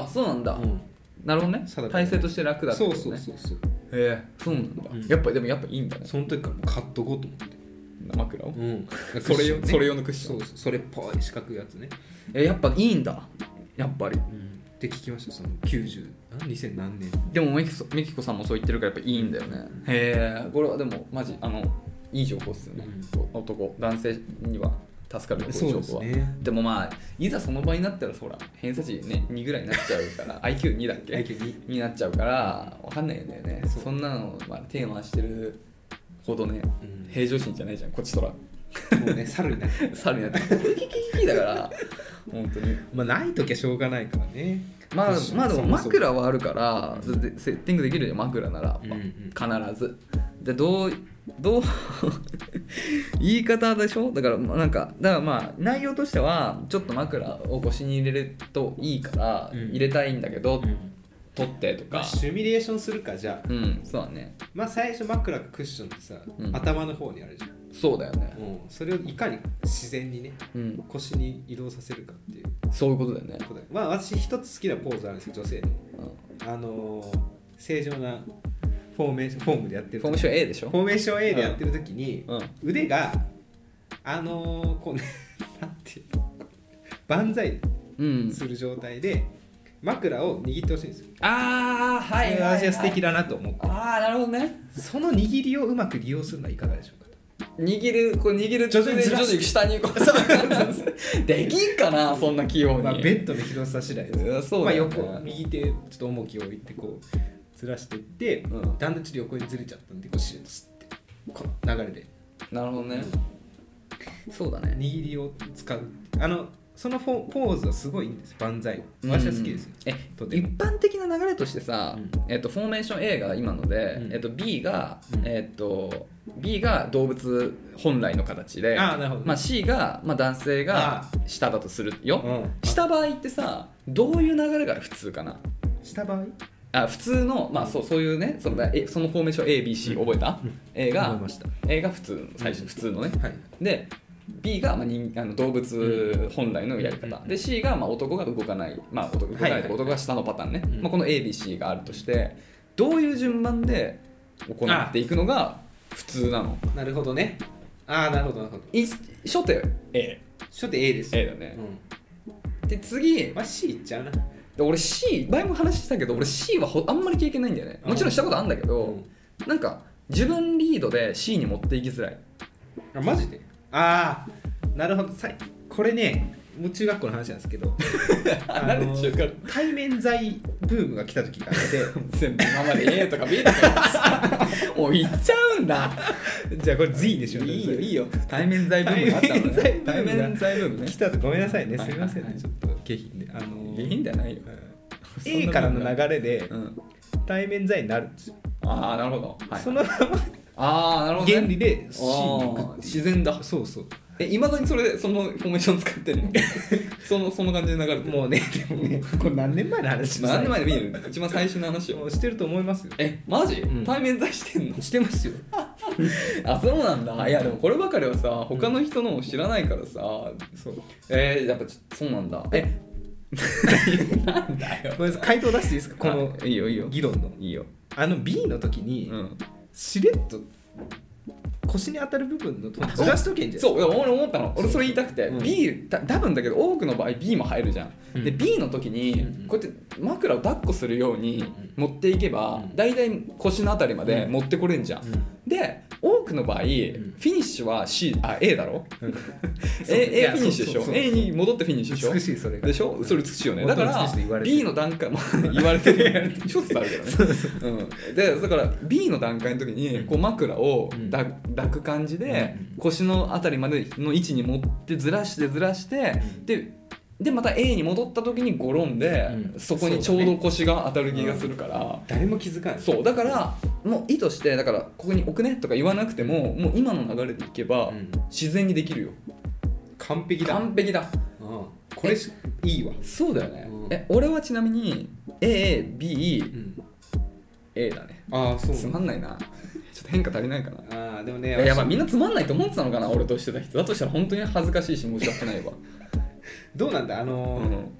S1: あーあそうなんだ、
S2: うん
S1: なるほどね
S2: 定かで
S1: 体勢として楽だって
S2: そ
S1: こ
S2: う
S1: と
S2: そう
S1: ね
S2: そうそう
S1: へえそうなんだ、
S2: うん
S1: やっぱでもやっぱいいんだね
S2: その時からもう買っとこうと思って、
S1: 枕を、
S2: うん、
S1: それ用それ用のクッショ
S2: そ
S1: ン
S2: うそうそれっぽい四角いやつね、
S1: えやっぱいいんだやっぱり
S2: うん、って聞きましたその90あ2000何年
S1: でもメキソメキコさんもそう言ってるからやっぱいいんだよねへえこれはでもマジあのいい情報っすよね、男男性には助かるよこういう情報は
S2: そうですね
S1: もまあいざその場になったらそら偏差値ね2ぐらいになっちゃうから IQ2 だっけ
S2: IQ2
S1: になっちゃうから分かんないんだよね
S2: そう
S1: そんなの、まあ、テーマしてるほどね、
S2: うん
S1: 平常心じゃないじゃんこっちとら
S2: もうね猿にな って
S1: 猿になってキキキキだから本当に
S2: まあない時はしょうがないからね
S1: まあ
S2: 確か、に
S1: まあでも
S2: そもそも
S1: 枕はあるからでセッティングできるよ枕なら、
S2: うんうん
S1: 必ずでどうどう 言い方でしょだからまあなんかだからまあ内容としてはちょっと枕を腰に入れるといいから
S3: うん
S1: 入れたいんだけど、取ってと
S2: まあ
S1: か、
S2: シミュレーションするかじゃあ
S1: うんそうだね
S2: まあ最初枕かクッションってさ、
S1: うん
S2: 頭の方にあるじゃん、
S1: そうだよね
S2: うん、それをいかに自然にね
S1: うん
S2: 腰に移動させるかっていう
S1: そういうことだよね、
S2: ことだよまあ私一つ好きなポーズあるんですよ女性の
S1: う
S2: あのー正常なフォーメーションフォームでやって
S1: ん、
S2: る
S1: フォームション A でしょ
S2: フォーメーション A でやってる時に、
S1: うん
S2: 腕があのーこうね なんていうの万歳
S1: うん
S2: する状態で枕を握ってほしいんですよ、
S1: ああはいはい、はい、
S2: それが私は素敵だなと思って
S1: ああなるほどね
S2: その握りをうまく利用するのはいかがでしょうか
S1: 握るこう握る
S2: 徐々にずらして
S1: 徐々下にこうできんかなそんな器用に、
S2: まあ、ベッドの広さ次第です
S1: いやそうだよね
S2: まあ、横右手ちょっと重きを置いてこうずらしていって、
S1: うん
S2: だんだんちょっと横にずれちゃったんでこうシュッと吸ってこの流れで
S1: なるほどねそうだね
S2: 握りを使うってあのそのフォポーズはすごいいいんですよ万歳私は好きですよ、
S1: うん
S2: と
S1: え
S2: て
S1: 一
S2: も
S1: 般的な流れとしてさ、
S2: うん
S1: えっとフォーメーション A が今ので、
S2: うん
S1: えっと B が、
S2: うん
S1: えっと B が動物本来の形で
S2: ああなるほど
S1: まあ、C が、まあ、男性が
S2: あ
S1: 下だとするよ、
S2: うん
S1: した場合ってさどういう流れが普通かな
S2: した場合
S1: あ普通の、まあ、そうそういうねそのえそのフォーメーション ABC 覚えた、A
S2: 思
S1: が
S2: いました
S1: A が普通の最初普通のね
S2: はい
S1: で B がまあ人あの動物本来のやり方、
S2: うん
S1: で C がまあ男が動かない、まあ、男動かないと
S2: はいはい
S1: 男が下のパターンね、
S2: うん
S1: まあ、この ABC があるとしてどういう順番で行っていくのが普通なの
S2: なるほどねああなるほどなるほど
S1: い初手 A,
S2: 初手 A ですよ
S1: A だね
S2: う、
S1: で次
S2: んまあ C いっちゃうな
S1: で俺 C 前も話したけど俺 C はほあんまり経験ないんだよねもちろんしたことあるんだけど、なんか自分リードで C に持っていきづらい
S2: あマジでああなるほどさいこれねもう中学校の話なんですけ どあの
S1: なんで中学
S2: 対面剤ブームが来た時があっ
S1: 全部今まで A とか B とか もう行っちゃうんだ
S2: てじゃあこれ Z でしょ
S1: いいよいいよ
S3: 対面財
S2: ブ
S3: ブ
S2: ー
S3: ーム
S2: ムが
S3: が
S2: あ
S3: あ
S2: っ
S3: ったた
S2: のね
S3: のね
S1: 対面財務部ね
S2: 来たとごめんなさいね
S1: は
S2: す
S1: いはいい
S2: ま
S1: はい
S2: せんねちょっと下品であの
S1: 下品だよないよそんな
S2: A からの流れで
S1: うん
S2: 対面剤になるんですよ
S1: ああなるほど、はい、
S2: そのま
S1: ああなる
S2: ま
S1: ほど、ね、
S2: 原理で C
S1: あ
S2: に行
S1: ー
S2: く
S1: 自然だ
S2: そう そう
S1: えいまだにそれでそのフォーメーション使ってんの そのその感じで流れてる
S2: もうねでもねこれ何年前の話
S1: まあ何年前で
S2: も
S1: もいいの一番最初の話
S2: も
S1: を
S2: うしてると思いますよ
S1: えマジ、
S2: うん
S1: 対面在してんの
S2: してますよ
S1: あそうなんだいやでもこればかりはさ他の人のを知らないからさ、
S2: そう
S1: えー、やっぱちょそうなんだえ なんだよ
S2: ごめんなさい回答出していいですかこの
S1: あいいよいいよ
S2: 議論の
S1: いいよ
S2: あの B の時に
S1: うん
S2: しれっと腰に当たる部分のとこずらしとけんじゃん
S1: そういや俺思ったの俺それ言いたくて、
S2: うん
S1: B た多分だけど多くの場合 B も入るじゃん、
S2: うん
S1: で B の時に
S2: うんうん
S1: こうやって枕を抱っこするように持っていけば、
S2: うん
S1: 大体腰のあたりまで持ってこれんじゃん、で多くの場合、フィニッシュは C あ A だろ、
S2: うん
S1: A, A フィニッシュでしょ
S2: そうそうそうそう
S1: A に戻ってフィニッシュでしょ
S2: 美しいそれが
S1: でしょそれ美しいよね
S2: 本
S1: だ
S2: 当
S1: か
S2: に美しいと言わ
S1: ら
S2: れてる
S1: B の段階も 言われてる 諸説あるけどねうん、でだから B の段階の時にこう枕を
S2: うん
S1: だ抱く感じで
S2: うん
S1: 腰のあたりまでの位置に持ってずらしてずらして
S2: うん
S1: ででまた A に戻った時にゴロンで、
S2: うん
S1: そこにち
S2: そう
S1: ょ
S2: だ
S1: う
S2: ね
S1: ど腰が当たる気がするから。
S2: 誰も気づかない
S1: そうだからもう意図してだからここに置くねとか言わなくてももう今の流れでいけば
S2: うん
S1: 自然にできるよ
S2: 完璧だ
S1: 完璧だ
S2: うんこれしいいわ
S1: そうだよね
S2: うん
S1: え俺はちなみに AABA
S2: ん
S1: だね
S2: ああそう
S1: つまんないなちょっと変化足りないかな
S2: ああでもね
S1: いやいやまあ
S2: 私
S1: みんなつまんないと思ってたのかな俺としてた人だとしたら本当に恥ずかしいし申し訳ないわ、
S2: どうなんだあ
S1: う
S2: のー
S1: ん、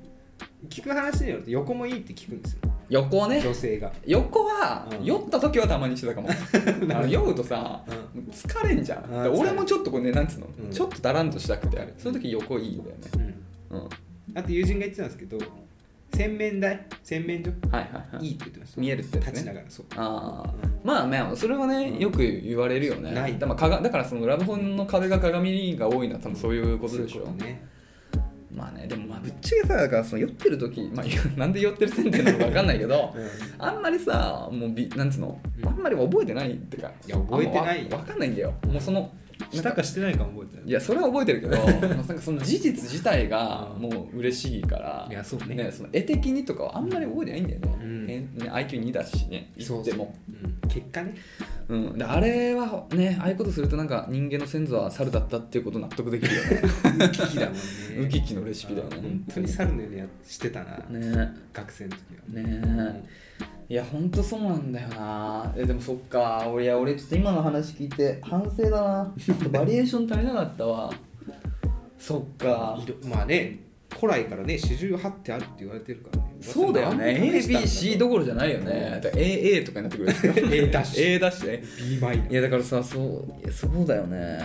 S2: 聞く話によると横もいいって聞くんですよ
S1: 横ね
S2: 女性が
S1: 横は
S2: うん
S1: 酔った時はたまにして たかもあの酔うとさ
S2: う
S1: 疲れんじゃん
S2: うん
S1: で俺もちょっとこうねなんつうの、
S2: うん
S1: ちょっとだらんとしたくてあれその時横いいんだよね
S2: うん
S1: うんはい
S2: あと友人が言ってたんですけど洗面台洗面所
S1: はいはい
S2: いいって言ってました
S1: 見えるってやつね
S2: 立ちながらそう
S1: ああまあねそれはねよく言われるよね
S2: ない
S1: だまあかがだからそのラブホンの壁が鏡が多いのは多分そういうことでし
S2: そうい
S1: ょ
S2: うことね
S1: まあねでもまあぶっちゃけさだからその酔ってる時、まあ、 言うなんで酔ってる前提なのか分かんないけどあんまりさもうびなんつうの
S2: うん
S1: あんまり覚えてないってか
S2: いや覚えてない
S1: 分かんないんだよもうその
S2: したかしてないか覚えてない
S1: いやそれは覚えてるけ どなんかその事実自体が
S2: うん
S1: もう嬉しいから
S2: いやそうね
S1: その絵的にとかはあんまり覚えてないんだよね,、
S2: うん
S1: えね IQ2 だしね言っても
S2: うん結果ね
S1: うん、であれはねああいうことするとなんか人間の先祖は猿だったっていうこと納得できるよね
S2: ウキキだもんね
S1: ウキキのレシピだよね
S2: あー本当に猿のようにやしてたな、
S1: ね
S2: 学生の時は
S1: ねいやほんとそうなんだよなえでもそっか俺いや俺ちょっと今の話聞いて反省だなバリエーション足りなかったわ そっか
S2: 色まあね古来からね四十八ってあるって言われてるからね
S1: そうだよね ABC どころじゃないよねだから AA とかになってくるんですよ
S2: A ダッシュ
S1: A ダッシュね
S2: B マイナ
S1: いやだからさそういやそうだよね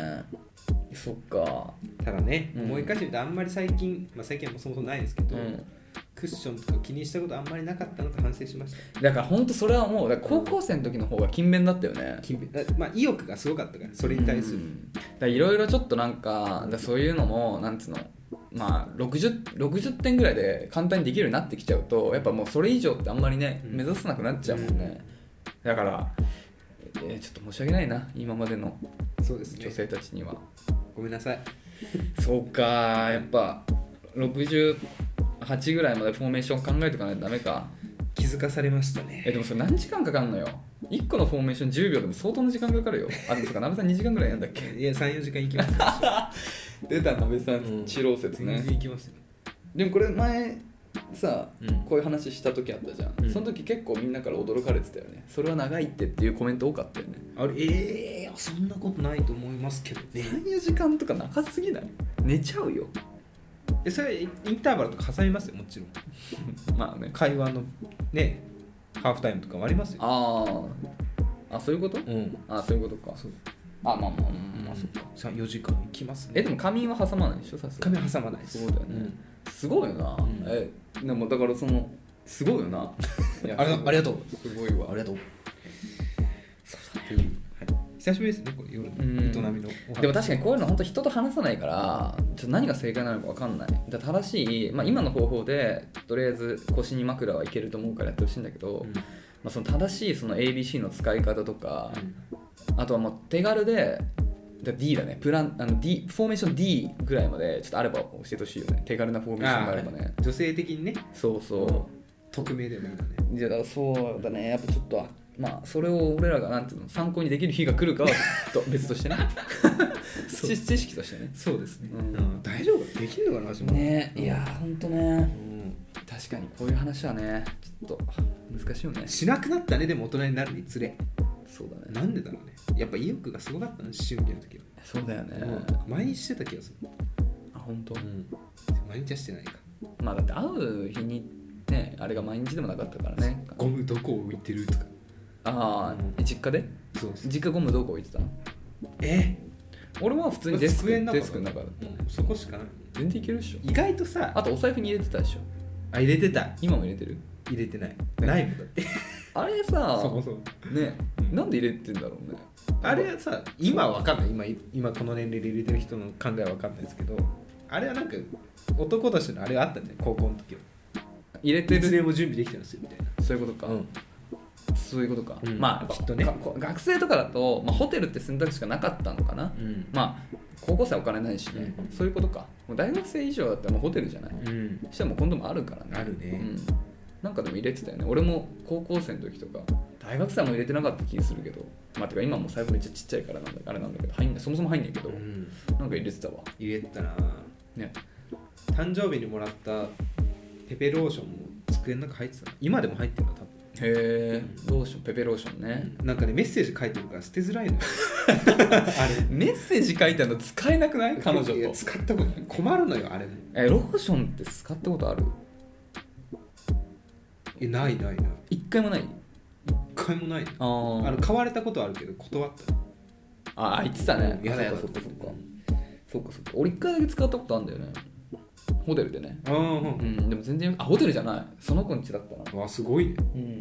S1: そっか
S2: ただね、
S1: うん
S2: 思い返してみてあんまり最近、まあ、最近はもうそもそもないですけど、
S1: うん
S2: クッションとか気にしたことあんまりなかったのと反省しました
S1: だから本当それはもうだから高校生の時の方が勤勉だったよね
S2: 勤勉だまあ意欲がすごかったからそれに対する、
S1: うんだからいろいろちょっとなんかだからそういうのもなんつうのまあ 60, 60点ぐらいで簡単にできるようになってきちゃうとやっぱもうそれ以上ってあんまりね
S2: うん
S1: 目指せなくなっちゃうもんね、だから、えーちょっと申し訳ないな今までの
S2: そうですね
S1: 女性たちには、
S2: ごめんなさい
S1: そうかやっぱ68ぐらいまでフォーメーション考えとかないとダメか
S2: 気づかされました
S1: え
S2: ね
S1: でもそれ何時間かかんのよ1個のフォーメーション10秒でも相当の時間かかるよあでもそっかなべさん2時間ぐらいやんだっけ
S2: いや34時間行き ます
S1: 出たなべさ
S2: うん
S1: 治療説
S2: 全
S1: ね
S2: 然行きますよ
S1: でもこれ前さ、
S2: うん
S1: こういう話した時あったじゃん、
S2: うん
S1: その時結構みんなから驚かれてたよねそれは長いってっていうコメント多かったよね
S2: あれええそんなことないと思いますけどね
S1: 34時間とか長すぎない寝ちゃうよ
S2: えそれインターバルとか挟みますよもちろん
S1: まあね
S2: 会話のねハーフタイムとかもありますよ
S1: あーあそういうこと、
S2: うん
S1: あそういうことか
S2: そう
S1: あまあまあまあ、ま
S2: ま
S1: あ
S2: あ
S1: そ
S2: そ
S1: っ
S2: っ
S1: か
S2: か34時間行きますね
S1: えでも仮眠は挟まないでしょさすが
S2: 髪
S1: に
S2: 挟まないです
S1: そうだよねすごいよな、
S2: うん
S1: えでもだからそのすごいよ ないや
S2: ありがありがと
S1: うすごいわ
S2: ありがとうっていうはい久しぶりですねこれ夜
S1: うん
S2: の営みのお話
S1: でも確かにこういうの本当人と話さないからちょっと何が正解なのか分かんないだから正しい、まあ、今の方法でとりあえず腰に枕はいけると思うからやってほしいんだけど、
S2: うん
S1: まあ、その正しいその ABC の使い方とか、あとはもう手軽でだ D だねプランあの D フォーメーション D ぐらいまでちょっとあれば教えてほしいよね手軽なフォーメーションがあればね
S2: あー女性的にね
S1: そうそう
S2: 匿名でもいいのね
S1: いやだからそうだねやっぱちょっとまあそれを俺らがなんていうの参考にできる日が来るかはと 別としてね
S2: そう
S1: 知知識としてね
S2: そうですね
S1: うん
S2: うん大丈夫できるのかな私も
S1: ねいやーほんとね
S2: うん
S1: 確かにこういう話はねちょっと難しいよね
S2: しなくなったねでも大人になるにつれ
S1: そうだね
S2: なんでだろうねやっぱ意欲がすごかったの思春期の時は
S1: そうだよね、
S2: うん毎日してた気がする
S1: あ本当、
S2: 毎日はしてないか
S1: まあだって会う日にねあれが毎日でもなかったからね
S2: ゴムどこを置いてるとか
S1: ああえ実家で
S2: そうです
S1: 実家ゴムどこ置いてたの
S2: え
S1: 俺は普通にデスク
S2: 机の中
S1: デスクの中だった
S2: うんそこしかない
S1: 全然いけるでしょ
S2: 意外とさ
S1: あとお財布に入れてたでしょ
S2: あ入れてた
S1: 今も入れてる
S2: 入れてないないもんだって
S1: あれさ
S2: そもそも
S1: ねなんで入れてんだろうね
S2: あれはさ今はわかんない今今この年齢で入れてる人の考えはわかんないですけどあれはなんか男としてのあれはあったんじゃない高校の時は
S1: 入れて
S2: いつで
S1: る
S2: も準備できてますよみたいな
S1: そういうことか、そういうことか、
S2: うん
S1: まあ
S2: きっとね
S1: かこ学生とかだと、まあ、ホテルって選択肢がなかったのかな、
S2: うん
S1: まあ高校生はお金ないしね、
S2: うん
S1: そういうことかもう大学生以上だったらもうホテルじゃない、
S2: うん
S1: してもう今度もあるからね
S2: あるね
S1: うん、なんかでも入れてたよね俺も高校生の時とか大学生はもう入れてなかった気がするけどまあてか今もう財布めっちゃちっちゃいからなんだあれなんだけど入んないそもそも入んないけど、
S2: うん
S1: なんか入れてたわ
S2: 入れてたな
S1: ね
S2: 誕生日にもらったペペローションも机の中入ってたの今でも入ってるの多分
S1: へえローションペペローションね、
S2: なんかねメッセージ書いてるから捨てづらいのよ あれ
S1: メッセージ書いてあるの使えなくない彼女と
S2: いや使ったことない困るのよあれも
S1: えローションって使ったことある
S2: えないないない
S1: 一回もない
S2: 一回もないの
S1: あー
S2: あの買われたことあるけど断ったの
S1: ああ言ってたね
S2: うんやだやだ
S1: そっかそっかそっかそっかそっか俺一回だけ使ったことあるんだよねホテルでね
S2: あ
S1: うんでも全然あホテルじゃないその子ん家だったな
S2: あ、わすごいね
S1: うん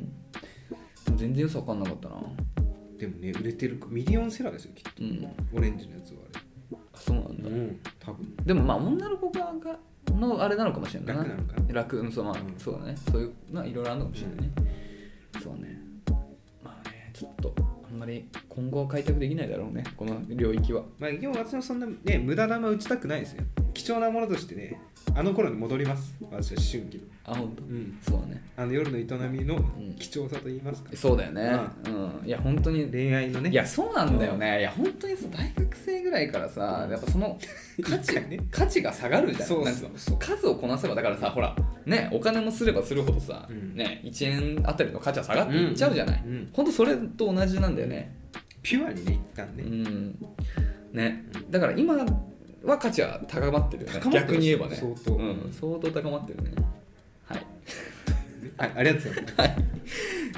S1: でも全然よさ分かんなかったな
S2: でもね売れてるミリオンセラーですよきっと
S1: うん
S2: オレンジのやつはあ
S1: あそうなん
S2: れ
S1: だ、
S2: ん多分
S1: でもまあ女の子側がのあれなのかもしれない
S2: 楽なのかな
S1: 楽うんそう,、まあ
S2: うん
S1: そうだねそういうのはいろいろあるのかもしれないね、そうねまあねちょっとんまり今後は開拓できないだろうねこの領域は
S2: まあ、でも私もそんな、ね、無駄玉打ちたくないですよ。貴重なものとしてね、あの頃に戻ります、私は思春期の。
S1: あ本当、
S2: うん
S1: そうだね
S2: あの夜の営みの
S1: ん
S2: 貴重さと言いますか、
S1: そうだよねうん、いや本当に
S2: 恋愛のね、
S1: いやそうなんだよね、いや本当にさ大学生ぐらいからさ、やっぱその価 値、
S2: 一回ね
S1: 価値が下がるじゃん
S2: そう
S1: なん
S2: そう
S1: か数をこなせばだからさほらねお金もすればするほどさ、
S2: うん
S1: ね1円あたりの価値は下がっていっちゃうじゃない、
S2: うんうん
S1: ほんとそれと同じなんだよね
S2: ピュアにね、一旦
S1: う
S2: ね、
S1: んねだから今は価値は高まってるよね
S2: 高まってます
S1: 逆に言えばね
S2: 相当
S1: うん、相当高まってるねはい
S2: はい、ありがとうございます。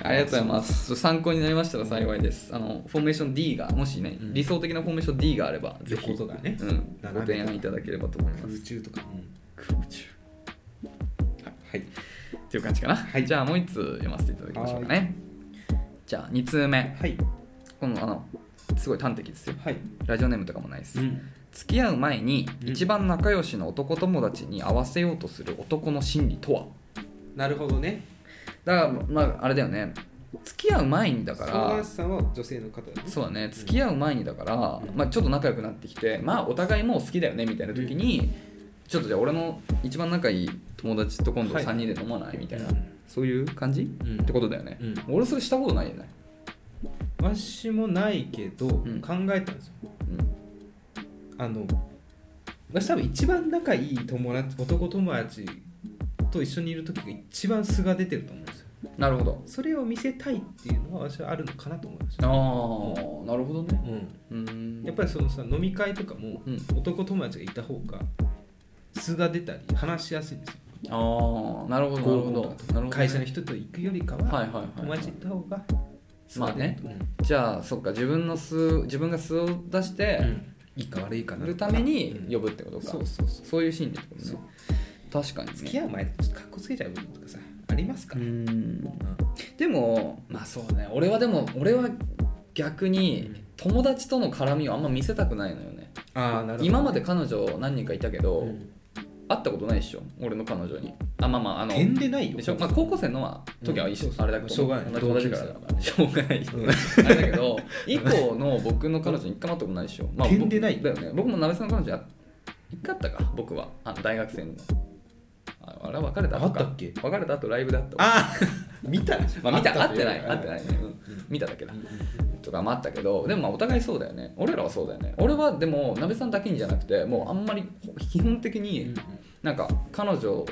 S1: ありがとうございます。参考になりましたら幸いです。あのフォーメーション D が、もしね、
S2: うん
S1: 理想的なフォーメーション D があれば、ぜ
S2: ぜ
S1: ひ、
S2: ひ、だね
S1: う、ん、
S2: 斜め
S1: ご提案いただければと思います。
S2: 空中とか、
S1: 空中。
S2: はい、
S1: っていう感じかな。
S2: はい
S1: じゃあ、もう一通読ませていただきましょうかね。じゃあ、2通目。
S2: はい、
S1: この、あの、すごい端的ですよ。
S2: はい、
S1: ラジオネームとかもないです。
S2: うん、
S1: 付き合う前に、
S2: うん
S1: 一番仲良しの男友達に合わせようとする男の心理とは
S2: なるほどね、
S1: だから、まあ、あれだよね。付き合う前にだから。
S2: 相談師さんは女性の方だね、
S1: そうだね付き合う前にだから、
S2: うん
S1: まあ、ちょっと仲良くなってきてまあお互いもう好きだよねみたいな時に、ちょっとじゃあ俺の一番仲いい友達と今度
S2: はい
S1: 3人で飲まないみたいな、
S2: うん
S1: そういう感じ、
S2: うん
S1: ってことだよね、
S2: う
S1: 俺それしたことないよね、
S2: 私もないけど、
S1: ん
S2: 考えたんですよ。
S1: うん
S2: あの私多分一番仲いい友達男友達と一緒にいる時が一番素が出てると思うんですよ
S1: なるほど
S2: それを見せたいっていうのは私はあるのかなと思いました、
S1: ああなるほどね
S2: うん、
S1: うーん
S2: やっぱりそのさ飲み会とかも
S1: うん
S2: 男友達がいた方が素が出たり話しやすいんですよ
S1: ああなるほどなるほど
S2: 合コンとか
S1: なるほど、ね、
S2: 会社の人と行くよりか
S1: は
S2: はい
S1: はいはいはい
S2: 友達行った方が素
S1: まあ
S2: が出る
S1: ね
S2: と思う、
S1: じゃあそっか自分の素自分が素を出して
S2: うんいいか悪いかな
S1: 売るために
S2: うん
S1: 呼ぶってことか、
S2: そうそうそう
S1: そういう心理ってことね確かにね
S2: 付き合う前とちょっとかっこつけちゃう部分とかさありますか
S1: う
S2: ら、
S1: んでもまあそうね俺はでも俺は逆に
S2: うん
S1: 友達との絡みをあんま見せたくないのよね
S2: ああなるほど
S1: 今まで彼女何人かいたけど、
S2: うん
S1: 会ったことないっしょ俺の彼女にあまあまああの
S2: 点でないよ
S1: でしょまあ、高校生のは時は一緒、
S2: うんそうそう
S1: あれだけど
S2: しょうがない
S1: 同じ同じからだからねしょうがない、あれ だけど以降の僕の彼女に一回も会ったことないでしょ、まあ、
S2: 点でない
S1: 僕だよね僕も鍋さんの彼女や一回あったか僕はあの大学生のああれは別れた後か
S2: あったっけ
S1: 別れた後ライブだった
S2: ああ見た
S1: まあ、見た会
S2: と
S1: っ
S2: う
S1: てない
S2: うん
S1: 会ってないね、うん見ただけだ、とかもあったけどでもまあお互いそうだよね俺らはそうだよね俺はでもなべさんだけにじゃなくてもうあんまり基本的になんか彼女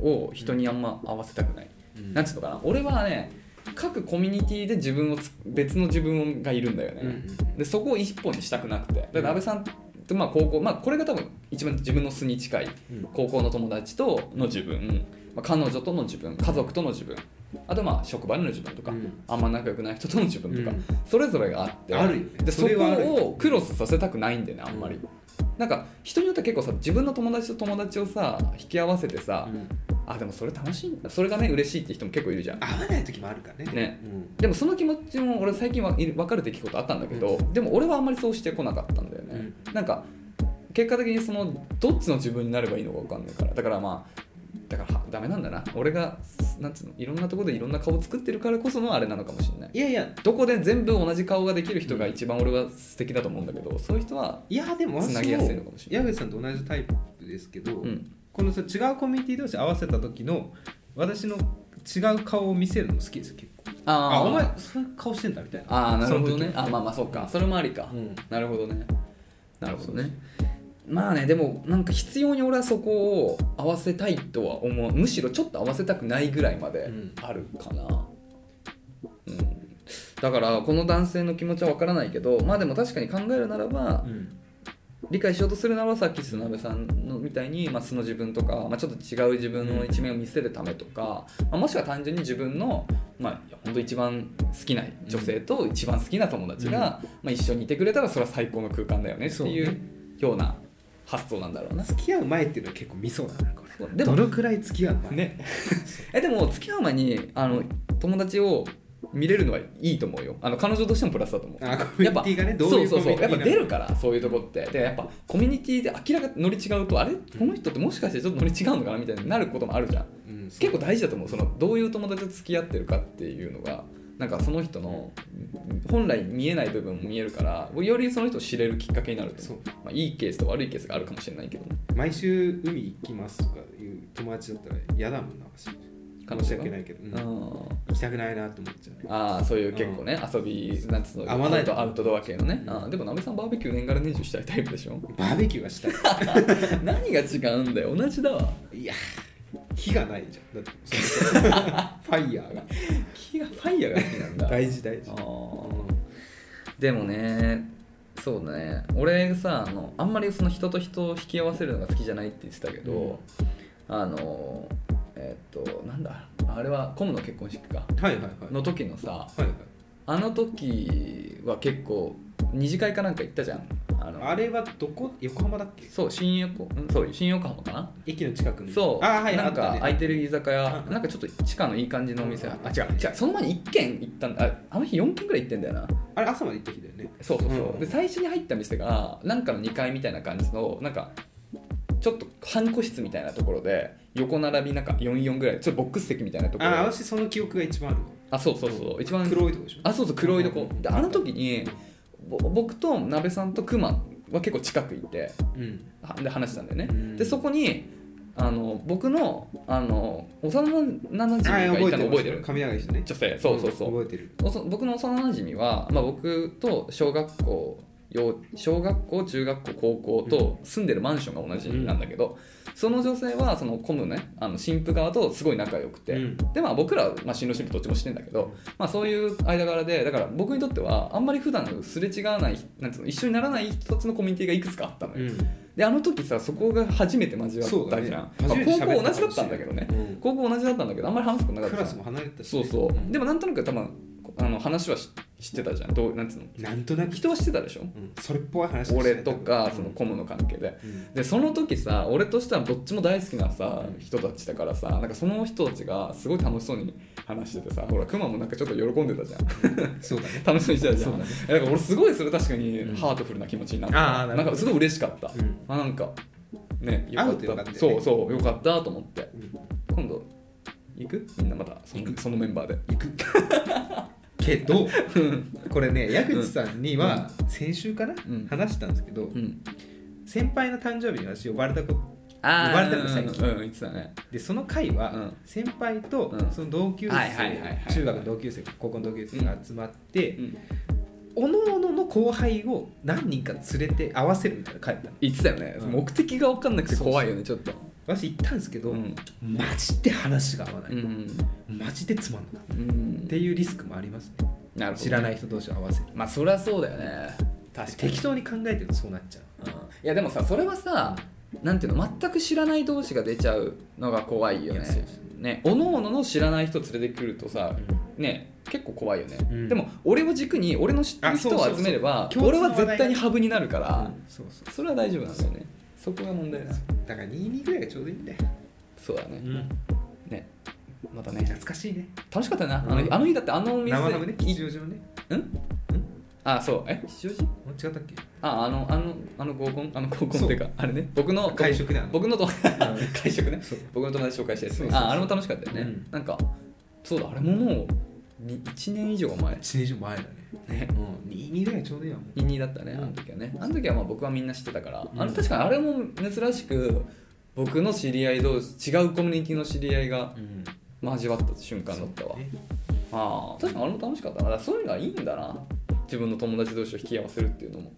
S1: を人にあんま合わせたくない、
S2: うん
S1: なんつうのかな俺はね各コミュニティで自分をつ別の自分がいるんだよね、
S2: うんうん
S1: でそこを一本にしたくなくてで安倍さんとまあ高校、まあ、これが多分一番自分の素に近い
S2: うん
S1: 高校の友達との自分、まあ、彼女との自分家族との自分あとまあ職場での自分とか、
S2: うん
S1: あんま仲良くない人との自分とか、
S2: うん
S1: それぞれがあって
S2: あるよね
S1: でそ
S2: それはあるよ
S1: こをクロスさせたくないんだよねあんまり。
S2: うん
S1: なんか人によっては結構さ自分の友達と友達をさ引き合わせてさ、あでもそれ楽しいんだそれがね嬉しいって人も結構いるじゃん
S2: 合わない時もあるからね
S1: ね
S2: うん
S1: でもその気持ちも俺最近はい分かる出来事あったんだけど、でも俺はあんまりそうしてこなかったんだよね、なんか結果的にそのどっちの自分になればいいのか分かんないからだからまあだからはダメなんだな俺がなんつうのいろんなところでいろんな顔作ってるからこそのあれなのかもしれない
S2: いやいや
S1: どこで全部同じ顔ができる人が一番俺は素敵だと思うんだけどそういう人はい
S2: やでも私
S1: つ
S2: も
S1: なぎやすいのかもしれ
S2: 矢口さんと同じタイプですけど
S1: うん
S2: このさ違うコミュニティ同士合わせた時の私の違う顔を見せるの好きですよ結構
S1: あ
S2: あお前そういう顔してんだみたいな
S1: ああなるほど
S2: そ
S1: ね
S2: の時
S1: あまあまあそうかそれもありか、
S2: うん
S1: なるほどねなるほどねまあねでもなんか必要に俺はそこを合わせたいとは思うむしろちょっと合わせたくないぐらいまで
S2: うん
S1: あるかな、うんだからこの男性の気持ちはわからないけどまあでも確かに考えるならば、
S2: うん
S1: 理解しようとするならばさっき砂部さんのみたいに、まあ、素の自分とか、まあ、ちょっと違う自分の一面を見せるためとか、まあ、もしくは単純に自分の、まあ、本当一番好きな女性と一番好きな友達が、
S2: うん
S1: まあ、一緒にいてくれたらそれは最高の空間だよねってい
S2: そう
S1: う
S2: ね
S1: ような発想なんだろうな。
S2: 付き合う前っていうのは結構見そうだなこれ
S1: で
S2: ど
S1: も
S2: のくらい付き合う前
S1: ねえでも付き合う前にあの友達を見れるのはいいと思うよあの彼女としてもプラスだと思う
S2: あコミュニティがねどういうコ
S1: そ
S2: ミ
S1: う
S2: ュニ
S1: そうそう
S2: ティ
S1: や
S2: な
S1: っぱ
S2: の
S1: 出るからそういうとこってでやっぱコミュニティで明らかに乗り違うとあれこの人ってもしかしてちょっと乗り違うのかなみたいになることもあるじゃん
S2: うん
S1: 結構大事だと思うそのどういう友達と付き合ってるかっていうのがなんかその人の本来見えない部分も見えるからよりその人を知れるきっかけになると
S2: そう
S1: まあ、いいケースと悪いケースがあるかもしれないけどね
S2: 毎週海行きますとかいう友達だったら嫌だもんな私申し訳ないけど、うん
S1: あ
S2: 行きたくないなと思っちゃうね
S1: あーそういう結構ね、遊びなんつうの
S2: 合わない
S1: アウトドア系のね、
S2: うん
S1: あーでもなべさんバーベキュー年がら年中したいタイプでしょ
S2: バーベキューはしたい
S1: 何が違うんだよ同じだわ
S2: いや火がないじゃんだって ファイヤーが
S1: 気がファイヤーが好きなんだ
S2: 大事大事
S1: あーでもねそうだね俺さあのあんまりその人と人を引き合わせるのが好きじゃないって言ってたけど、あのえっとなんだあれはコムの結婚式か
S2: はいはいはい
S1: の時のさ
S2: はいはい
S1: あの時は結構二次会かなんか行ったじゃんあの
S2: あれはどこ横浜だっけ
S1: そう新横んそう新横浜かな
S2: 駅の近くに
S1: そう
S2: あーはい
S1: なん
S2: あ
S1: か
S2: ったね
S1: 空いてる居酒屋
S2: うん
S1: なんかちょっと地下のいい感じのお店
S2: うん
S1: あ違う違うその前に1軒行ったんだああの日4軒ぐらい行ってんだよな
S2: あれ朝まで行った日だよね
S1: そうそうそう、
S2: うん
S1: で最初に入った店がなんかの2階みたいな感じのなんかちょっと半個室みたいなところで横並びなんか44ぐらいちょっとボックス席みたいなとこ
S2: あ
S1: ろ
S2: ー私その記憶が一番あるわ
S1: あそうそうそう一番
S2: 黒いとこでしょ
S1: あそうそう黒いとこ
S2: うん
S1: であの時にぼ僕と鍋さんとクマは結構近くいて
S2: うん
S1: はで話したんだよね、
S2: うん
S1: でそこにあの僕のあの幼な馴染がいたの覚えてる
S2: 髪長い人ね
S1: 女性そうそうそう、
S2: ん覚えてる
S1: おそ僕の幼なじみは、まあ、僕と小学校幼小学校中学校高校と住んでるマンションが同じなんだけど、その女性はそのコムねあの新婦側とすごい仲良くて、
S2: うん
S1: でまあ僕らは、まあ、新郎新婦どっちもしてんだけど、まあ、そういう間柄でだから僕にとってはあんまり普段すれ違わないなんていうの一緒にならない人たちのコミュニティがいくつかあったのよ、であの時さそこが初めて交わ
S2: そう
S1: っ
S2: だ
S1: た
S2: ね
S1: じゃん、
S2: 初めて喋った
S1: まあ高校同じだったんだけどね、
S2: うん
S1: 高校同じだったんだけどあんまり話すことなかっ
S2: ク
S1: たじゃ
S2: ラ
S1: ん
S2: スも離れてたし
S1: そ
S2: ね
S1: うそう、
S2: ん
S1: でもなんとなく多分あの話はし知ってたじゃんどうなんつうの
S2: なんとなく
S1: 人は知ってたでしょ
S2: うんそれっぽい話
S1: 俺とかその
S2: コ
S1: コムの関係で
S2: うん
S1: でその時さ俺としてはどっちも大好きなさ
S2: うん
S1: 人たちだからさなんかその人たちがすごい楽しそうに話しててさほらクマもなんかちょっと喜んでたじゃん
S2: そうだね
S1: 楽しそうにしてたじゃん
S2: そうだね
S1: だから俺すごいそれ確かに
S2: うん
S1: ハートフルな気持ちになっ
S2: あ
S1: た
S2: ーな
S1: な
S2: るほど
S1: んかすごい嬉しかった
S2: うん
S1: あなんかねよ
S2: 会
S1: か
S2: うとよか
S1: っ
S2: ったたよね
S1: そうそうよかったと思って
S2: うん
S1: 今度行くみんなまたそのそのメンバーで
S2: 行くけどこれね矢口さんには先週かな、
S1: うん
S2: 話したんですけど、
S1: うん
S2: 先輩の誕生日に私呼ばれたこと
S1: あ
S2: 呼ばれたの最近
S1: うん、うん、言ってたね
S2: でその会は、
S1: うん
S2: 先輩と
S1: うん
S2: その同級
S1: はいはいはいはい
S2: 生中学の同級生高校の同級生が集まって、
S1: うん
S2: 各々の後輩を何人か連れて合わせるみたいな会だったの
S1: 言ってたよね、
S2: うん
S1: 目的が分かんなくて怖いよねちょっと
S2: 私行ったんですけど、
S1: うん
S2: マジで話が合わない、
S1: うん、
S2: マジでつまんなかった
S1: うん
S2: っていうリスクもありますね
S1: なるほどね
S2: 知らない人同士合わせる
S1: まあそりゃそうだよね確かに、
S2: 適当に考えてるとそうなっちゃう
S1: うんいやでもさそれはさなんていうの全く知らない同士が出ちゃうのが怖いよ
S2: い
S1: ね
S2: やそう
S1: ねおのおのの知らない人連れてくるとさ、ね結構怖いよね、
S2: うん
S1: でも俺を軸に俺の知ってる人
S2: あそうそう
S1: を
S2: そう
S1: 集めれば
S2: 共通
S1: 俺
S2: の話題
S1: は絶対にハブになるから、
S2: そうそ
S1: それは大丈夫なんだよねそこが問題だ
S2: うだから22ぐらいがちょうどいいんだよ、
S1: そうだね、ねまたね
S2: 懐かしいね
S1: 楽しかったよな、
S2: うん
S1: あの日あの日だってあのお店
S2: 生ハムね
S1: い
S2: 吉祥寺のね
S1: うんあそうえ吉祥寺
S2: もう違ったっけ
S1: ああのあのあの合コンあの合コンっていうかあれね僕の
S2: 会食だ
S1: 僕のと
S2: ん
S1: 会食ね
S2: そう
S1: 僕の友達紹介したやつね
S2: そうそうそう
S1: ああれも楽しかったよね、
S2: うん
S1: なんかそうだあれももう1年以上前
S2: 1年以上前だね
S1: ね
S2: うん22ぐらいがちょうどいいわもう
S1: イニだったね
S2: う
S1: あ
S2: ん
S1: の時はねあの時はまあ僕はみんな知ってたから、
S2: うん
S1: あの確かにあれも珍しく僕の知り合い同士違うコミュニティの知り合いが
S2: うん
S1: 交わった瞬間だったわ、ああ確かにあれも楽しかったなだからそういうのはいいんだな自分の友達同士を引き合わせるっていうのも